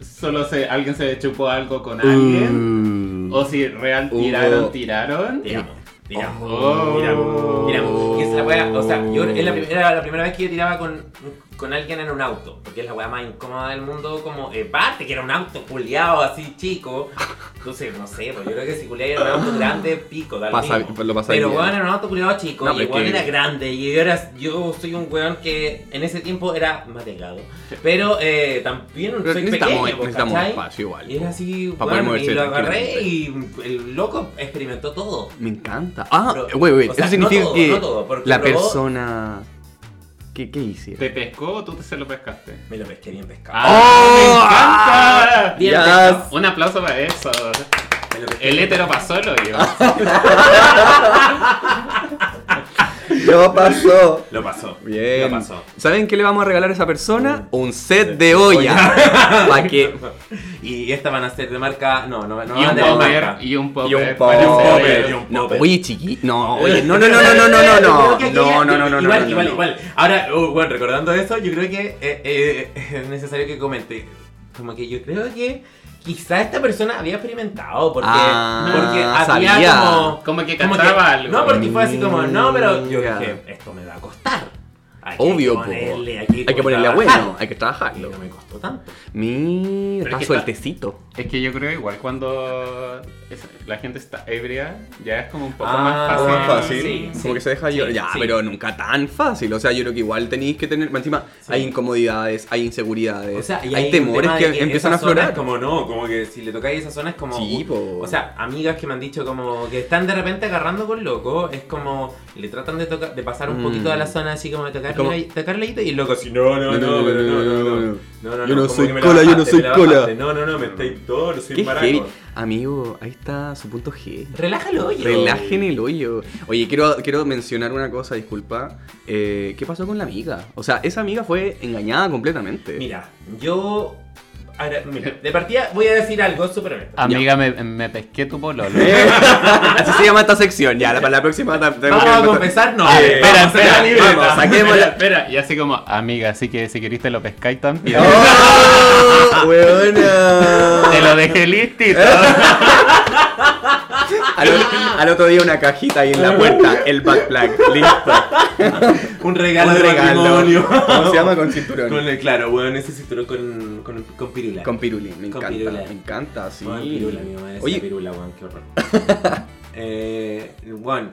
[SPEAKER 5] solo se, alguien se chupó algo con alguien, o si real
[SPEAKER 2] Uh. Hubo-
[SPEAKER 5] tiraron, tiraron.
[SPEAKER 3] Tiramos, tiramos.
[SPEAKER 5] Oh.
[SPEAKER 3] Tiramos, tiramos. Y esa es la weá, o sea, yo es la prim- era la primera vez que yo tiraba con, con alguien en un auto, porque es la weá más incómoda del mundo, como, eh, parte que era un auto culiado así chico. Entonces, no sé, pues yo creo que si culiaba era un auto grande, pico, da lo
[SPEAKER 2] Pasa-
[SPEAKER 3] mismo.
[SPEAKER 2] lo pasa
[SPEAKER 3] Pero
[SPEAKER 2] bien.
[SPEAKER 3] weón era un auto culiado chico,
[SPEAKER 2] No,
[SPEAKER 3] y
[SPEAKER 2] pero
[SPEAKER 3] el weón
[SPEAKER 2] es que-
[SPEAKER 3] era grande, y yo, era, yo soy un weón que en ese tiempo era más delgado. Pero eh, también soy
[SPEAKER 2] Pero necesitamos- e-
[SPEAKER 3] pequeño, pues,
[SPEAKER 2] necesitamos
[SPEAKER 3] ¿cachai?
[SPEAKER 2] espacio igual,
[SPEAKER 3] Y era
[SPEAKER 2] po,
[SPEAKER 3] así,
[SPEAKER 2] pa' poder
[SPEAKER 3] weón, y
[SPEAKER 2] moverse
[SPEAKER 3] lo agarré y el loco experimentó todo.
[SPEAKER 2] Me encanta. Ah,
[SPEAKER 3] Pero,
[SPEAKER 2] güey, güey,
[SPEAKER 3] o
[SPEAKER 2] eso
[SPEAKER 3] sea, no
[SPEAKER 2] significa
[SPEAKER 3] todo,
[SPEAKER 2] que
[SPEAKER 3] no todo, porque
[SPEAKER 2] la
[SPEAKER 3] probó-
[SPEAKER 2] persona. ¿Qué, qué hicieron?
[SPEAKER 5] ¿Te pescó o tú te se lo pescaste?
[SPEAKER 3] Me lo pesqué bien pescado.
[SPEAKER 2] Ah,
[SPEAKER 5] ¡Ah, ¡Me encanta!
[SPEAKER 3] Bien
[SPEAKER 2] Yes.
[SPEAKER 3] pescado.
[SPEAKER 5] Un aplauso para eso.
[SPEAKER 3] Me lo
[SPEAKER 2] eh,
[SPEAKER 3] pesqué.
[SPEAKER 5] El hétero pasó el hoyo.
[SPEAKER 2] Lo pasó.
[SPEAKER 4] Lo pasó.
[SPEAKER 2] Bien.
[SPEAKER 4] Lo pasó.
[SPEAKER 2] ¿Saben qué le vamos a regalar a esa persona? Un set de olla. Para que.
[SPEAKER 3] Y estas van a ser de marca. No, no, no
[SPEAKER 5] Y
[SPEAKER 3] van
[SPEAKER 5] un
[SPEAKER 3] de la
[SPEAKER 5] popper.
[SPEAKER 3] marca.
[SPEAKER 5] Y un popper.
[SPEAKER 2] Y un popper.
[SPEAKER 5] para hacer
[SPEAKER 4] Popper,
[SPEAKER 5] hoyo.
[SPEAKER 4] y un
[SPEAKER 2] No,
[SPEAKER 4] popper.
[SPEAKER 2] oye, chiqui. No, oye, no, no, no, no, no, no, no.
[SPEAKER 3] Yo creo que aquí
[SPEAKER 2] No, no,
[SPEAKER 3] ya-
[SPEAKER 2] no, no, no.
[SPEAKER 3] Igual,
[SPEAKER 2] no,
[SPEAKER 3] igual,
[SPEAKER 2] no.
[SPEAKER 3] igual. Ahora, oh, bueno, recordando eso, yo creo que eh, eh, es necesario que comente. Como que yo creo que quizá esta persona había experimentado. Porque,
[SPEAKER 2] Ah,
[SPEAKER 3] porque había
[SPEAKER 2] sabía.
[SPEAKER 3] como.
[SPEAKER 5] Como que
[SPEAKER 3] como que-
[SPEAKER 5] cachaba algo.
[SPEAKER 3] No, porque fue así como, no, pero yo
[SPEAKER 2] Mm, Ya.
[SPEAKER 3] dije, esto me va a costar. Aquí
[SPEAKER 2] Obvio, po.
[SPEAKER 3] hay que ponerle, aquí
[SPEAKER 2] Hay que ponerle a
[SPEAKER 3] trabajar.
[SPEAKER 2] bueno, hay que
[SPEAKER 3] Y
[SPEAKER 2] trabajarlo.
[SPEAKER 3] no me costó tanto.
[SPEAKER 2] Mira,
[SPEAKER 5] Pero
[SPEAKER 2] está
[SPEAKER 5] es que
[SPEAKER 2] sueltecito.
[SPEAKER 5] Es que yo creo igual cuando es- la gente está ebria, ya es como un poco
[SPEAKER 3] Ah,
[SPEAKER 5] más fácil.
[SPEAKER 3] más fácil.
[SPEAKER 5] Sí.
[SPEAKER 2] como que se deja
[SPEAKER 3] sí,
[SPEAKER 2] llorar. Ya,
[SPEAKER 3] sí.
[SPEAKER 2] pero nunca tan fácil. O sea, yo creo que igual tenéis que tener. Encima,
[SPEAKER 3] Sí.
[SPEAKER 2] hay incomodidades, hay inseguridades,
[SPEAKER 3] O sea, y
[SPEAKER 2] Eh, hay,
[SPEAKER 3] un
[SPEAKER 2] temores
[SPEAKER 3] tema
[SPEAKER 2] que,
[SPEAKER 3] de
[SPEAKER 2] empiezan a
[SPEAKER 3] esas zonas
[SPEAKER 2] aflorar.
[SPEAKER 3] Como no, como que si le tocáis esa zona es como.
[SPEAKER 2] Sí,
[SPEAKER 3] uy,
[SPEAKER 2] po.
[SPEAKER 3] O sea, amigas que me han dicho como que están de repente agarrando con loco, es como. Le tratan de tocar, de pasar un
[SPEAKER 2] Mm.
[SPEAKER 3] poquito de la zona así como de tocarle,
[SPEAKER 2] como-
[SPEAKER 3] ahí- tocarle ahí, y el loco así, no, no, no, pero no, no, no. no. No, no,
[SPEAKER 2] Yo no
[SPEAKER 3] como
[SPEAKER 2] soy
[SPEAKER 3] que me la
[SPEAKER 2] cola, yo no
[SPEAKER 3] bajaste,
[SPEAKER 2] soy
[SPEAKER 3] me la bajaste.
[SPEAKER 2] cola.
[SPEAKER 3] No, no, no, me estáis todo, no soy
[SPEAKER 2] Qué heavy.
[SPEAKER 3] maraco.
[SPEAKER 2] Amigo, ahí está su punto G.
[SPEAKER 3] Relájalo, oye.
[SPEAKER 2] Relajen el hoyo. Oye, quiero, quiero mencionar una cosa, disculpa. Eh, ¿Qué pasó con la amiga? O sea, esa amiga fue engañada completamente.
[SPEAKER 3] Mira, yo. ahora, mira, de partida voy a decir algo súper honesto.
[SPEAKER 2] Ah,
[SPEAKER 5] Amiga, me, me pesqué tu pololo.
[SPEAKER 2] Eh, Así se llama esta sección. Ya, la- para la próxima. ta- tenemos
[SPEAKER 3] Vamos
[SPEAKER 2] que-
[SPEAKER 3] a confesar, no.
[SPEAKER 2] Eh,
[SPEAKER 3] vamos a
[SPEAKER 5] espera,
[SPEAKER 3] hacer la
[SPEAKER 5] espera,
[SPEAKER 3] libreta.
[SPEAKER 2] vamos, saquemos
[SPEAKER 5] Espera,
[SPEAKER 2] la-
[SPEAKER 5] espera, y así como, amiga, así que si queriste lo pescáis también.
[SPEAKER 2] ¡Oh!
[SPEAKER 3] Ah.
[SPEAKER 5] Te
[SPEAKER 2] ¡Hueona!
[SPEAKER 5] lo dejé
[SPEAKER 3] Eh.
[SPEAKER 5] listito.
[SPEAKER 2] Al, o- al otro día una cajita ahí en la puerta, el backpack, listo.
[SPEAKER 3] Un regalo
[SPEAKER 2] Un
[SPEAKER 3] de
[SPEAKER 2] regalo.
[SPEAKER 3] matrimonio.
[SPEAKER 2] ¿Cómo se llama? Con cinturón.
[SPEAKER 3] Con el- claro, weón, ese cinturón con, con, con pirula.
[SPEAKER 2] Con pirulín, me
[SPEAKER 3] Con
[SPEAKER 2] encanta,
[SPEAKER 3] pirula.
[SPEAKER 2] me encanta, sí.
[SPEAKER 3] Weón, pirula, mi mamá decía
[SPEAKER 2] Oye,
[SPEAKER 3] pirula, weón, qué horror. eh, weón,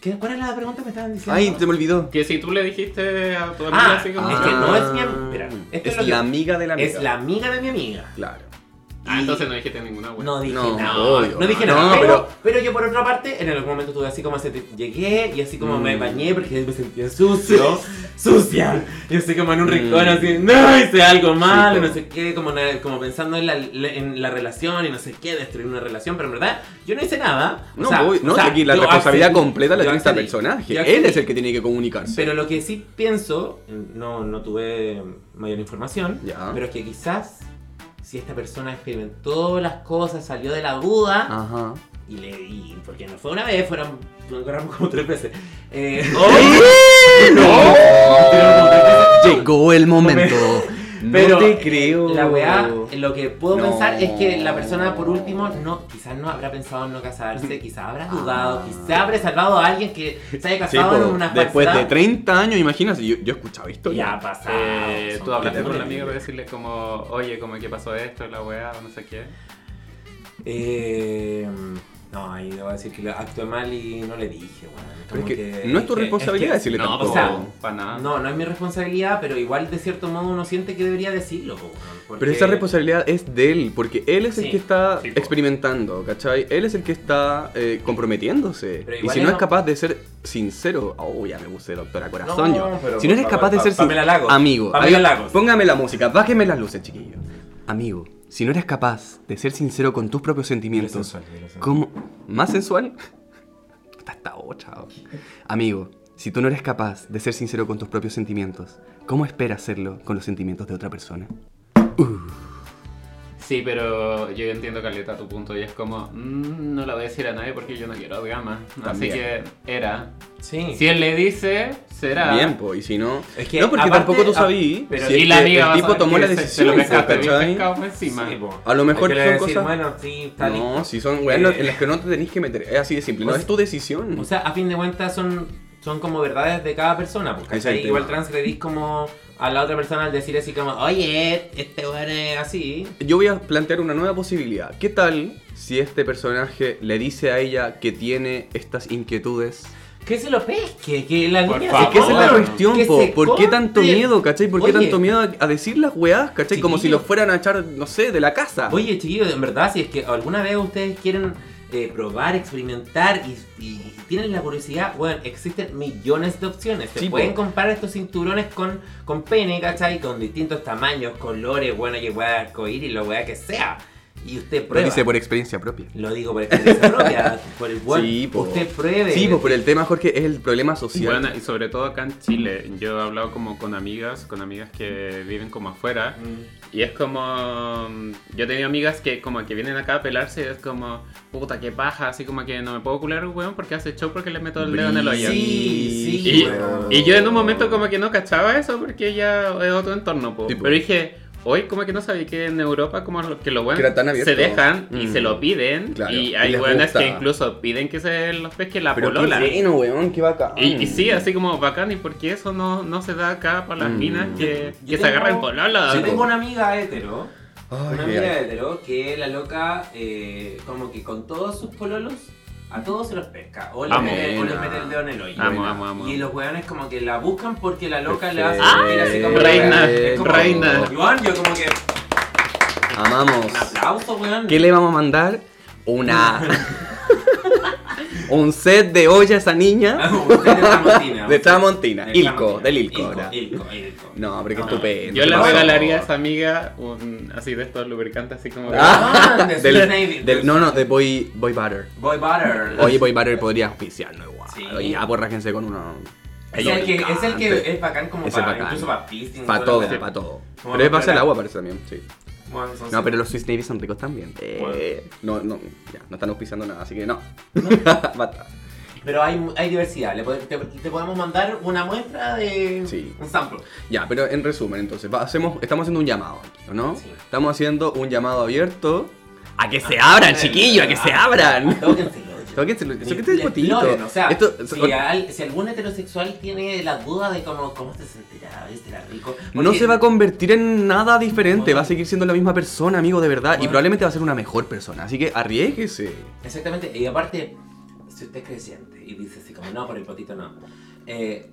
[SPEAKER 3] ¿qué, ¿cuál era la pregunta que me estaban diciendo?
[SPEAKER 2] ay, se me olvidó.
[SPEAKER 5] que si tú le dijiste a tu amiga
[SPEAKER 3] ah,
[SPEAKER 5] así como...
[SPEAKER 3] es que no es mi am- espera, esto
[SPEAKER 2] es,
[SPEAKER 3] es lo que-
[SPEAKER 2] la amiga de la amiga.
[SPEAKER 3] es la amiga de mi amiga.
[SPEAKER 2] Claro.
[SPEAKER 5] Ah, entonces no dijiste ninguna buena.
[SPEAKER 3] No dije
[SPEAKER 2] No,
[SPEAKER 3] nada.
[SPEAKER 2] obvio.
[SPEAKER 3] No dije
[SPEAKER 2] No,
[SPEAKER 3] nada. pero,
[SPEAKER 2] pero-
[SPEAKER 3] pero... yo por otra parte, en algún momento tuve así como ese tipo- llegué y así como me
[SPEAKER 2] Mm.
[SPEAKER 3] bañé porque me sentía sucio, sucia. Y así como en un rincón
[SPEAKER 2] Mm.
[SPEAKER 3] así, no, hice algo mal,
[SPEAKER 2] Sí, po.
[SPEAKER 3] no sé qué, como, na- como pensando en la, en la relación y no sé qué, destruir una relación, pero en verdad yo no hice nada. O
[SPEAKER 2] No,
[SPEAKER 3] sea,
[SPEAKER 2] voy- no,
[SPEAKER 3] o sea,
[SPEAKER 2] aquí la
[SPEAKER 3] yo
[SPEAKER 2] responsabilidad
[SPEAKER 3] accedí-
[SPEAKER 2] completa la
[SPEAKER 3] yo
[SPEAKER 2] tiene este
[SPEAKER 3] accedí,
[SPEAKER 2] personaje.
[SPEAKER 3] yo
[SPEAKER 2] Él
[SPEAKER 3] accedí.
[SPEAKER 2] es el que tiene que comunicarse.
[SPEAKER 3] Pero lo que sí pienso, no, no tuve mayor información,
[SPEAKER 2] Ya.
[SPEAKER 3] pero es que quizás si esta persona experimentó las cosas, salió de la duda,
[SPEAKER 2] Ajá.
[SPEAKER 3] y le y porque no fue una vez, fueron, fueron como tres veces. Eh,
[SPEAKER 2] Llegó el momento.
[SPEAKER 3] Pero eh,
[SPEAKER 2] no te creo.
[SPEAKER 3] La weá, lo que puedo
[SPEAKER 2] Oh. No.
[SPEAKER 3] pensar es que la persona por último no, quizás no habrá pensado en no
[SPEAKER 2] Mm.
[SPEAKER 3] casarse, quizás habrá dudado, quizás habrá salvado a alguien que se haya
[SPEAKER 2] Ah. Sí,
[SPEAKER 3] casado
[SPEAKER 2] po,
[SPEAKER 3] en una
[SPEAKER 2] después de
[SPEAKER 3] falsedad.
[SPEAKER 2] 30 años, imagínate, yo, yo he escuchado
[SPEAKER 3] Ya ha
[SPEAKER 2] historias.
[SPEAKER 3] pasado.
[SPEAKER 5] Eh,
[SPEAKER 3] ah, son
[SPEAKER 5] tú hablaste
[SPEAKER 3] cosas
[SPEAKER 5] con la
[SPEAKER 3] terribles.
[SPEAKER 5] amiga para decirle como, oye, como que pasó esto, la weá, o no sé qué.
[SPEAKER 3] Eh, No, ahí debo decir que lo- actué mal y no le dije, weón.
[SPEAKER 2] Pero es
[SPEAKER 3] Como
[SPEAKER 2] que, no es tu
[SPEAKER 3] que-
[SPEAKER 2] responsabilidad
[SPEAKER 3] es que-
[SPEAKER 2] decirle
[SPEAKER 5] No,
[SPEAKER 2] tampoco.
[SPEAKER 5] o sea, para nada.
[SPEAKER 3] No, no es mi responsabilidad, pero igual de cierto modo uno siente que debería decirlo, po, weón, porque-
[SPEAKER 2] Pero esa responsabilidad es de él, porque él es el
[SPEAKER 3] Sí,
[SPEAKER 2] que está
[SPEAKER 5] sí, po.
[SPEAKER 2] experimentando, ¿cachai? Él es el que está eh, comprometiéndose.
[SPEAKER 3] Pero
[SPEAKER 2] Y
[SPEAKER 3] igual
[SPEAKER 2] si no
[SPEAKER 3] es-
[SPEAKER 2] es capaz de ser sincero, oh, ya me puse doctora corazón
[SPEAKER 3] No,
[SPEAKER 2] yo.
[SPEAKER 3] pero
[SPEAKER 2] Si no eres
[SPEAKER 3] pa-
[SPEAKER 2] capaz de
[SPEAKER 3] pa-
[SPEAKER 2] ser
[SPEAKER 3] pa- Pamela
[SPEAKER 2] sincero,
[SPEAKER 3] Lagos.
[SPEAKER 2] amigo,
[SPEAKER 3] Pamela
[SPEAKER 2] amigo,
[SPEAKER 3] Lagos.
[SPEAKER 2] póngame la música, bájeme las luces, chiquillo. Amigo, si no eres capaz de ser sincero con tus propios sentimientos,
[SPEAKER 4] sensual, dilo sensual.
[SPEAKER 2] ¿cómo? ¿Más sensual? Está esta otra. o- Amigo, si tú no eres capaz de ser sincero con tus propios sentimientos, ¿cómo esperas serlo con los sentimientos de otra persona?
[SPEAKER 5] Sí, pero yo entiendo, Caleta, tu punto. Y es como, mm, no lo voy a decir a nadie porque yo no quiero drama. Así
[SPEAKER 2] También.
[SPEAKER 5] que era.
[SPEAKER 3] Sí.
[SPEAKER 5] Si él le dice, será.
[SPEAKER 2] Bien, po, y si no.
[SPEAKER 3] Es que
[SPEAKER 2] no, porque
[SPEAKER 3] aparte-
[SPEAKER 2] tampoco tú
[SPEAKER 3] ah,
[SPEAKER 2] sabías.
[SPEAKER 3] pero
[SPEAKER 2] si
[SPEAKER 5] y
[SPEAKER 2] es
[SPEAKER 5] la
[SPEAKER 2] que
[SPEAKER 5] amiga va a
[SPEAKER 2] el tipo
[SPEAKER 5] saber
[SPEAKER 2] tomó
[SPEAKER 5] que
[SPEAKER 2] la
[SPEAKER 5] se- se lo
[SPEAKER 2] decisión,
[SPEAKER 5] pescaste bien
[SPEAKER 2] ¿cachai?
[SPEAKER 5] pescado por encima.
[SPEAKER 3] Sí, po.
[SPEAKER 2] A lo mejor
[SPEAKER 3] Hay que
[SPEAKER 2] son
[SPEAKER 3] decir,
[SPEAKER 2] cosas-
[SPEAKER 3] Bueno, sí, está listo.
[SPEAKER 2] No, si son weas en las-
[SPEAKER 3] Eh.
[SPEAKER 2] en las que no te tenés que meter. Es así de simple,
[SPEAKER 3] O
[SPEAKER 2] no
[SPEAKER 3] sea-
[SPEAKER 2] es tu decisión.
[SPEAKER 3] O sea, a fin de cuentas son, son como verdades de cada persona, porque
[SPEAKER 2] Ese es el tema.
[SPEAKER 3] igual transgredís como a la otra persona al decir así como, oye, este weón es así.
[SPEAKER 2] Yo voy a plantear una nueva posibilidad. ¿Qué tal si este personaje le dice a ella que tiene estas inquietudes?
[SPEAKER 3] Que se lo pesque, que la
[SPEAKER 5] Por
[SPEAKER 3] niña
[SPEAKER 5] favor.
[SPEAKER 2] Es que esa es la
[SPEAKER 5] Ahora,
[SPEAKER 2] cuestión,
[SPEAKER 3] Oh. que
[SPEAKER 2] po.
[SPEAKER 3] se
[SPEAKER 2] ¿Por qué tanto
[SPEAKER 3] corte.
[SPEAKER 2] miedo, cachai? ¿Por qué
[SPEAKER 3] Oye.
[SPEAKER 2] tanto miedo a, a decir las weas, cachai? Como si
[SPEAKER 3] Chiquillo.
[SPEAKER 2] los fueran a echar, no sé, de la casa.
[SPEAKER 3] Oye, chiquillos, en verdad, si es que alguna vez ustedes quieren eh, probar, experimentar y, y tienen la curiosidad, bueno, existen millones de opciones. Se
[SPEAKER 2] Sí, po.
[SPEAKER 3] pueden comparar estos cinturones con, con pene, ¿cachai? Con distintos tamaños, colores, bueno, y weá arcoíris, lo weá que sea. Y usted
[SPEAKER 2] Lo
[SPEAKER 3] prueba.
[SPEAKER 2] dice por experiencia propia.
[SPEAKER 3] Lo digo por experiencia propia, por el buen.
[SPEAKER 2] Sí, po.
[SPEAKER 3] usted pruebe.
[SPEAKER 2] Sí, pues por el tema, Jorge, es el problema social.
[SPEAKER 5] Bueno, y sobre todo acá en Chile, yo he hablado como con amigas, con amigas que viven como afuera, y es como, mm, yo he tenido amigas que como que vienen acá a pelarse y es como, puta, que paja, así como que no me puedo cular un weón porque hace show porque le meto el dedo en el hoyo.
[SPEAKER 3] Sí, sí,
[SPEAKER 5] Y,
[SPEAKER 3] weón.
[SPEAKER 5] y yo en un momento como que no cachaba eso porque ya es otro entorno, po.
[SPEAKER 2] Sí, po.
[SPEAKER 5] pero dije... Hoy como que no sabía que en Europa como lo- que los
[SPEAKER 2] Que era tan
[SPEAKER 5] weones
[SPEAKER 2] abierto.
[SPEAKER 5] se dejan y
[SPEAKER 2] Mm.
[SPEAKER 5] se lo piden
[SPEAKER 2] Claro,
[SPEAKER 5] y
[SPEAKER 2] y
[SPEAKER 5] hay
[SPEAKER 2] les
[SPEAKER 5] weones que
[SPEAKER 2] gusta.
[SPEAKER 5] incluso piden que se los pesque la
[SPEAKER 2] Pero
[SPEAKER 5] polola.
[SPEAKER 2] qué bueno, weón, qué bacán.
[SPEAKER 5] Y, y sí, así como bacán, ¿y por qué eso no, no se da acá para las
[SPEAKER 2] Mm.
[SPEAKER 5] minas que,
[SPEAKER 3] Yo
[SPEAKER 5] que se
[SPEAKER 3] tengo-
[SPEAKER 5] agarran por
[SPEAKER 3] Yo
[SPEAKER 5] lola?
[SPEAKER 3] tengo una amiga hetero.
[SPEAKER 2] Ay,
[SPEAKER 3] Una
[SPEAKER 2] qué
[SPEAKER 3] amiga
[SPEAKER 2] asco.
[SPEAKER 3] hetero que la loca, eh, como que con todos sus pololos, a todos se los pesca. O les
[SPEAKER 5] Amo. Ah.
[SPEAKER 3] mete, o les mete el dedo en el hoyo.
[SPEAKER 5] Amo, amo, amo.
[SPEAKER 3] Y los weones, como que la buscan porque la loca le hace
[SPEAKER 2] Perfecto.
[SPEAKER 3] sentir así como.
[SPEAKER 5] Reina,
[SPEAKER 3] Es como-
[SPEAKER 5] reina.
[SPEAKER 3] Igual, yo como que.
[SPEAKER 2] Amamos.
[SPEAKER 3] Un aplauso, weón.
[SPEAKER 2] ¿Qué le vamos a mandar? Una. Un set de olla a esa niña
[SPEAKER 3] Usted es tramontina.
[SPEAKER 2] de Tramontina.
[SPEAKER 3] Es
[SPEAKER 2] Ilco,
[SPEAKER 3] tramontina.
[SPEAKER 2] del Ilco ahora.
[SPEAKER 3] Ilco, Ilco. Ah.
[SPEAKER 2] No, hombre, qué
[SPEAKER 3] No.
[SPEAKER 2] estupendo.
[SPEAKER 5] Yo
[SPEAKER 2] ¿Qué
[SPEAKER 5] le
[SPEAKER 2] pasó?
[SPEAKER 5] regalaría a esa amiga un así de estos lubricantes así como...
[SPEAKER 2] Ah,
[SPEAKER 3] Ah, de Sweet Navy.
[SPEAKER 2] del, del- no, no, de Boy, boy Butter.
[SPEAKER 3] Boy Butter.
[SPEAKER 2] Oye, Boy Butter podría auspiciarnos igual.
[SPEAKER 3] Sí.
[SPEAKER 2] Oye, ya, borrájense con uno.
[SPEAKER 3] Es el, que, es el que es bacán como
[SPEAKER 2] Ese es
[SPEAKER 3] para,
[SPEAKER 2] bacán.
[SPEAKER 3] incluso para pisting.
[SPEAKER 2] Para todo, para todo.
[SPEAKER 3] Como
[SPEAKER 2] Pero es base al
[SPEAKER 3] para-
[SPEAKER 2] agua, parece también, sí. No, pero los Swiss Navy son ricos también. Eh, no, no, ya, no están auspiciando nada, así que no. Basta.
[SPEAKER 3] Pero hay, hay diversidad. Le pod- te, te podemos mandar una muestra de
[SPEAKER 2] Sí.
[SPEAKER 3] un sample.
[SPEAKER 2] Ya, pero en resumen, entonces, va- hacemos, estamos haciendo un llamado, aquí, ¿o no?
[SPEAKER 3] Sí.
[SPEAKER 2] Estamos haciendo un llamado abierto. ¡A que se
[SPEAKER 3] Ah,
[SPEAKER 2] abran, chiquillo! ¡A que se abran!
[SPEAKER 3] Tóquenselo.
[SPEAKER 2] Tóquenselo, eso que te
[SPEAKER 3] Y
[SPEAKER 2] discutito.
[SPEAKER 3] exploren, O sea, ah,
[SPEAKER 2] Esto-
[SPEAKER 3] si,
[SPEAKER 2] con-
[SPEAKER 3] al- si algún heterosexual tiene la duda de cómo, cómo te sentirá, será rico.
[SPEAKER 2] no
[SPEAKER 3] Porque-
[SPEAKER 2] se va a convertir en nada diferente,
[SPEAKER 3] Bueno.
[SPEAKER 2] va a seguir siendo la misma persona, amigo, de verdad, y
[SPEAKER 3] Bueno.
[SPEAKER 2] probablemente va a ser una mejor persona, así que arriesguese.
[SPEAKER 3] Exactamente. Y aparte, si usted es creyente y dice así como, no, por el potito no. Eh,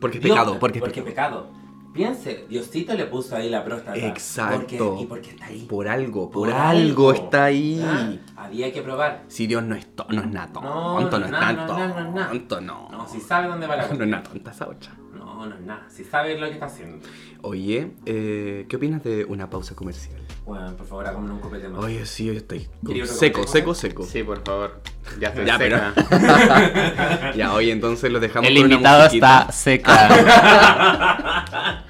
[SPEAKER 2] Porque es
[SPEAKER 3] Dios-
[SPEAKER 2] pecado, porque es
[SPEAKER 3] porque
[SPEAKER 2] pecado.
[SPEAKER 3] pecado. Piense, Diosito le puso ahí la próstata.
[SPEAKER 2] Exacto.
[SPEAKER 3] Porque- y porque está ahí.
[SPEAKER 2] Por algo, por, algo está ahí.
[SPEAKER 3] Ah, había que probar.
[SPEAKER 2] Si Dios no es, to- no es nada
[SPEAKER 3] No,
[SPEAKER 2] tonto, no,
[SPEAKER 3] no,
[SPEAKER 2] es
[SPEAKER 3] no,
[SPEAKER 2] nada
[SPEAKER 3] no, no, no, no.
[SPEAKER 2] tonto, no.
[SPEAKER 3] No, si sabe dónde va la
[SPEAKER 2] No
[SPEAKER 3] cosa.
[SPEAKER 2] es nada tonta esa otra.
[SPEAKER 3] No, no es nada. Si sabe lo que está haciendo.
[SPEAKER 2] Oye, eh, ¿qué opinas de una pausa comercial?
[SPEAKER 3] Bueno, por favor, hágame un copete más.
[SPEAKER 2] Oye, sí, yo estoy con-
[SPEAKER 3] Querido,
[SPEAKER 2] seco,
[SPEAKER 3] ¿cómo?
[SPEAKER 2] seco, seco.
[SPEAKER 5] Sí, por favor. Ya estoy
[SPEAKER 2] Ya, pero-
[SPEAKER 5] seca.
[SPEAKER 2] Ya, oye, entonces los dejamos
[SPEAKER 5] El
[SPEAKER 2] con una
[SPEAKER 5] invitado
[SPEAKER 2] musiquita.
[SPEAKER 5] está seca.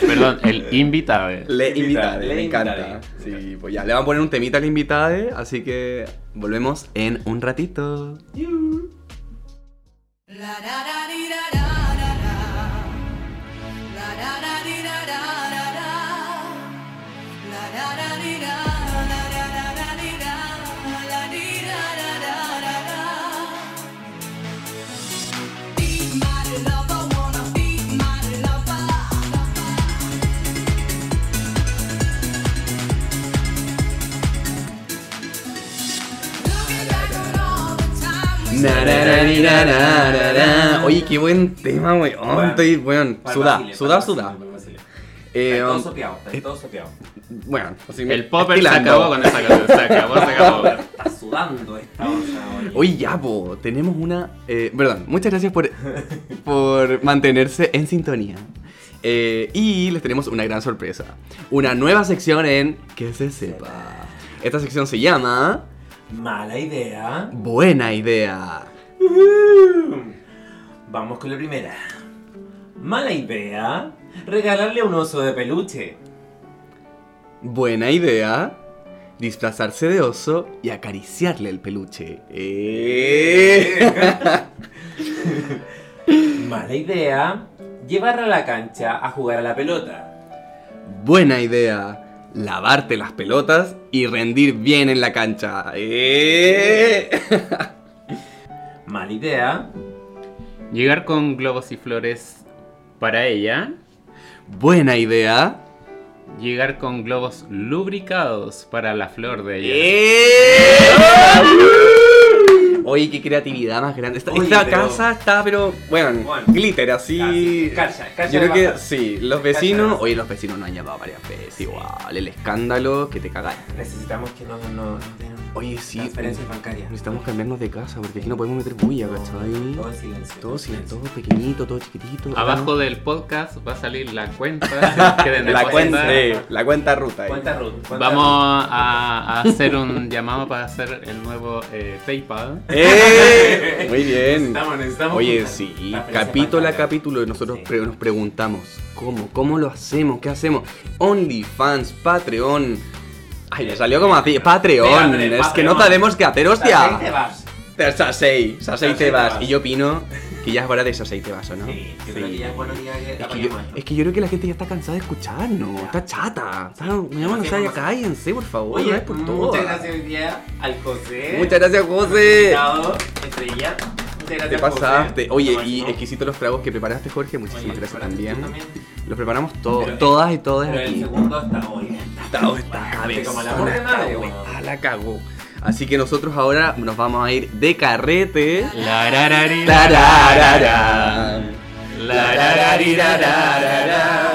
[SPEAKER 5] Perdón, el invitado.
[SPEAKER 2] Le
[SPEAKER 3] Le
[SPEAKER 2] invitada,
[SPEAKER 3] invitade,
[SPEAKER 2] me encanta.
[SPEAKER 3] invitade.
[SPEAKER 2] Sí, pues ya, le van a poner un temita al invitado, ¿eh? así que volvemos en un ratito.
[SPEAKER 7] La ra ra di ra ra ra ra. La ra ra di ra ra ra ra. La ra ra di ra la ra ra ra di ra la di ra ra ra ra ra. Be my lover, wanna be my lover. Looking back on all
[SPEAKER 2] Na, na, na, ni, na, na, na, na. Oye, qué buen tema, weón.
[SPEAKER 3] Bueno.
[SPEAKER 2] estoy, weón,
[SPEAKER 3] Para el
[SPEAKER 2] sudá,
[SPEAKER 3] Basile, para
[SPEAKER 2] sudá,
[SPEAKER 3] el
[SPEAKER 2] sudá.
[SPEAKER 3] Basile, para el Basile.
[SPEAKER 2] Eh,
[SPEAKER 3] Está todo
[SPEAKER 2] um,
[SPEAKER 3] sopeado, está todo sopeado.
[SPEAKER 2] bueno, así me-
[SPEAKER 5] El popper se
[SPEAKER 2] estilando.
[SPEAKER 5] acabó con esa canción. Se acabó, se acabó.
[SPEAKER 3] Está sudando esta olla, oye.
[SPEAKER 2] Oye, ya, po, tenemos una. eh, perdón, muchas gracias por, por mantenerse en sintonía. Eh, y les tenemos una gran sorpresa: una nueva sección en Que se sepa. Esta sección se llama
[SPEAKER 3] Mala idea.
[SPEAKER 2] Buena idea.
[SPEAKER 3] Vamos con la primera. Mala idea. Regalarle a un oso de peluche.
[SPEAKER 2] Buena idea. Disfrazarse de oso y acariciarle el peluche. Eh.
[SPEAKER 3] Mala idea. Llevarla a la cancha a jugar a la pelota.
[SPEAKER 2] Buena idea. Lavarte las pelotas y rendir bien en la cancha. Eh.
[SPEAKER 3] Mala idea.
[SPEAKER 5] Llegar con globos y flores para ella.
[SPEAKER 2] Buena idea.
[SPEAKER 5] Llegar con globos lubricados para la flor de ella.
[SPEAKER 3] Eh.
[SPEAKER 2] ¡Eh! Oye, qué creatividad más grande. Esta,
[SPEAKER 3] Oye,
[SPEAKER 2] esta
[SPEAKER 3] pero-
[SPEAKER 2] casa está, pero, bueno,
[SPEAKER 3] Bueno.
[SPEAKER 2] glitter, así.
[SPEAKER 3] Cacha, cacha
[SPEAKER 2] Yo
[SPEAKER 3] de
[SPEAKER 2] creo que
[SPEAKER 3] bajar.
[SPEAKER 2] sí, los
[SPEAKER 3] de
[SPEAKER 2] vecinos.
[SPEAKER 3] bajar.
[SPEAKER 2] Oye, los vecinos nos han llamado varias veces. Igual, el escándalo que te cagáis.
[SPEAKER 3] Necesitamos que nos no, no den
[SPEAKER 2] Oye, sí.
[SPEAKER 3] transferencias bancarias.
[SPEAKER 2] Necesitamos cambiarnos de casa porque aquí no podemos meter bulla, ¿cachai?
[SPEAKER 3] Todo en silencio.
[SPEAKER 2] Todo, sí, todo pequeñito, todo chiquitito.
[SPEAKER 5] Abajo del podcast va a salir la cuenta. que desde
[SPEAKER 2] la
[SPEAKER 5] cuenta-
[SPEAKER 2] cuenta, sí, la cuenta ruta. ahí.
[SPEAKER 3] ¿Cuánta Ruth? ¿Cuánta
[SPEAKER 5] Vamos a, a hacer un llamado para hacer el nuevo eh, PayPal.
[SPEAKER 2] ¡Eh! Muy bien.
[SPEAKER 3] Necesitamos, necesitamos
[SPEAKER 2] Oye,
[SPEAKER 3] juntar
[SPEAKER 2] sí,
[SPEAKER 3] transferencias
[SPEAKER 2] capítulo a
[SPEAKER 3] bancarias.
[SPEAKER 2] capítulo nosotros
[SPEAKER 3] Sí.
[SPEAKER 2] pre- nos preguntamos ¿Cómo? ¿Cómo lo hacemos? ¿Qué hacemos? OnlyFans, Patreon Ay, me salió como así, Patreon
[SPEAKER 3] Espérate,
[SPEAKER 2] Es que
[SPEAKER 3] Patreon.
[SPEAKER 2] no sabemos qué hacer,
[SPEAKER 3] Ahí te
[SPEAKER 2] hostia
[SPEAKER 3] vas.
[SPEAKER 2] Te- Sasei, Sasei te
[SPEAKER 3] Sasei
[SPEAKER 2] vas
[SPEAKER 3] te vas.
[SPEAKER 2] Y yo opino que ya es hora de Sasei te vas, ¿o no?
[SPEAKER 3] Sí, yo creo que ya es bueno que ya que
[SPEAKER 2] Es que, yo,
[SPEAKER 3] apaguemos esto.
[SPEAKER 2] es que yo creo que la gente ya está cansada de escucharnos, está chata. Está, me llaman a
[SPEAKER 3] Sí,
[SPEAKER 2] ya
[SPEAKER 3] vamos a-
[SPEAKER 2] cállense, por favor.
[SPEAKER 3] Oye, mm,
[SPEAKER 2] no es por todas.
[SPEAKER 3] muchas gracias ¿eh? hoy día al José.
[SPEAKER 2] Muchas gracias, José.
[SPEAKER 3] Invitado, estrella. Muchas gracias,
[SPEAKER 2] Te
[SPEAKER 3] José.
[SPEAKER 2] pasaste. Oye,
[SPEAKER 3] Tomás,
[SPEAKER 2] y
[SPEAKER 3] ¿no?
[SPEAKER 2] exquisito los tragos que preparaste, Jorge. Muchísimas
[SPEAKER 3] Oye,
[SPEAKER 2] gracias
[SPEAKER 3] ¿preparaste
[SPEAKER 2] también.
[SPEAKER 3] tú
[SPEAKER 2] Los preparamos todos,
[SPEAKER 3] Pero-
[SPEAKER 2] todas y todos
[SPEAKER 3] Pero el
[SPEAKER 2] aquí.
[SPEAKER 3] segundo hasta hoy. ¿eh?
[SPEAKER 2] Estado esta
[SPEAKER 3] Te como la
[SPEAKER 2] cabezona,
[SPEAKER 3] amor de madre,
[SPEAKER 2] esta
[SPEAKER 3] weón.
[SPEAKER 2] weá, la cagó. Así que nosotros ahora nos vamos a ir de carrete. Tararara.
[SPEAKER 5] Lararararara.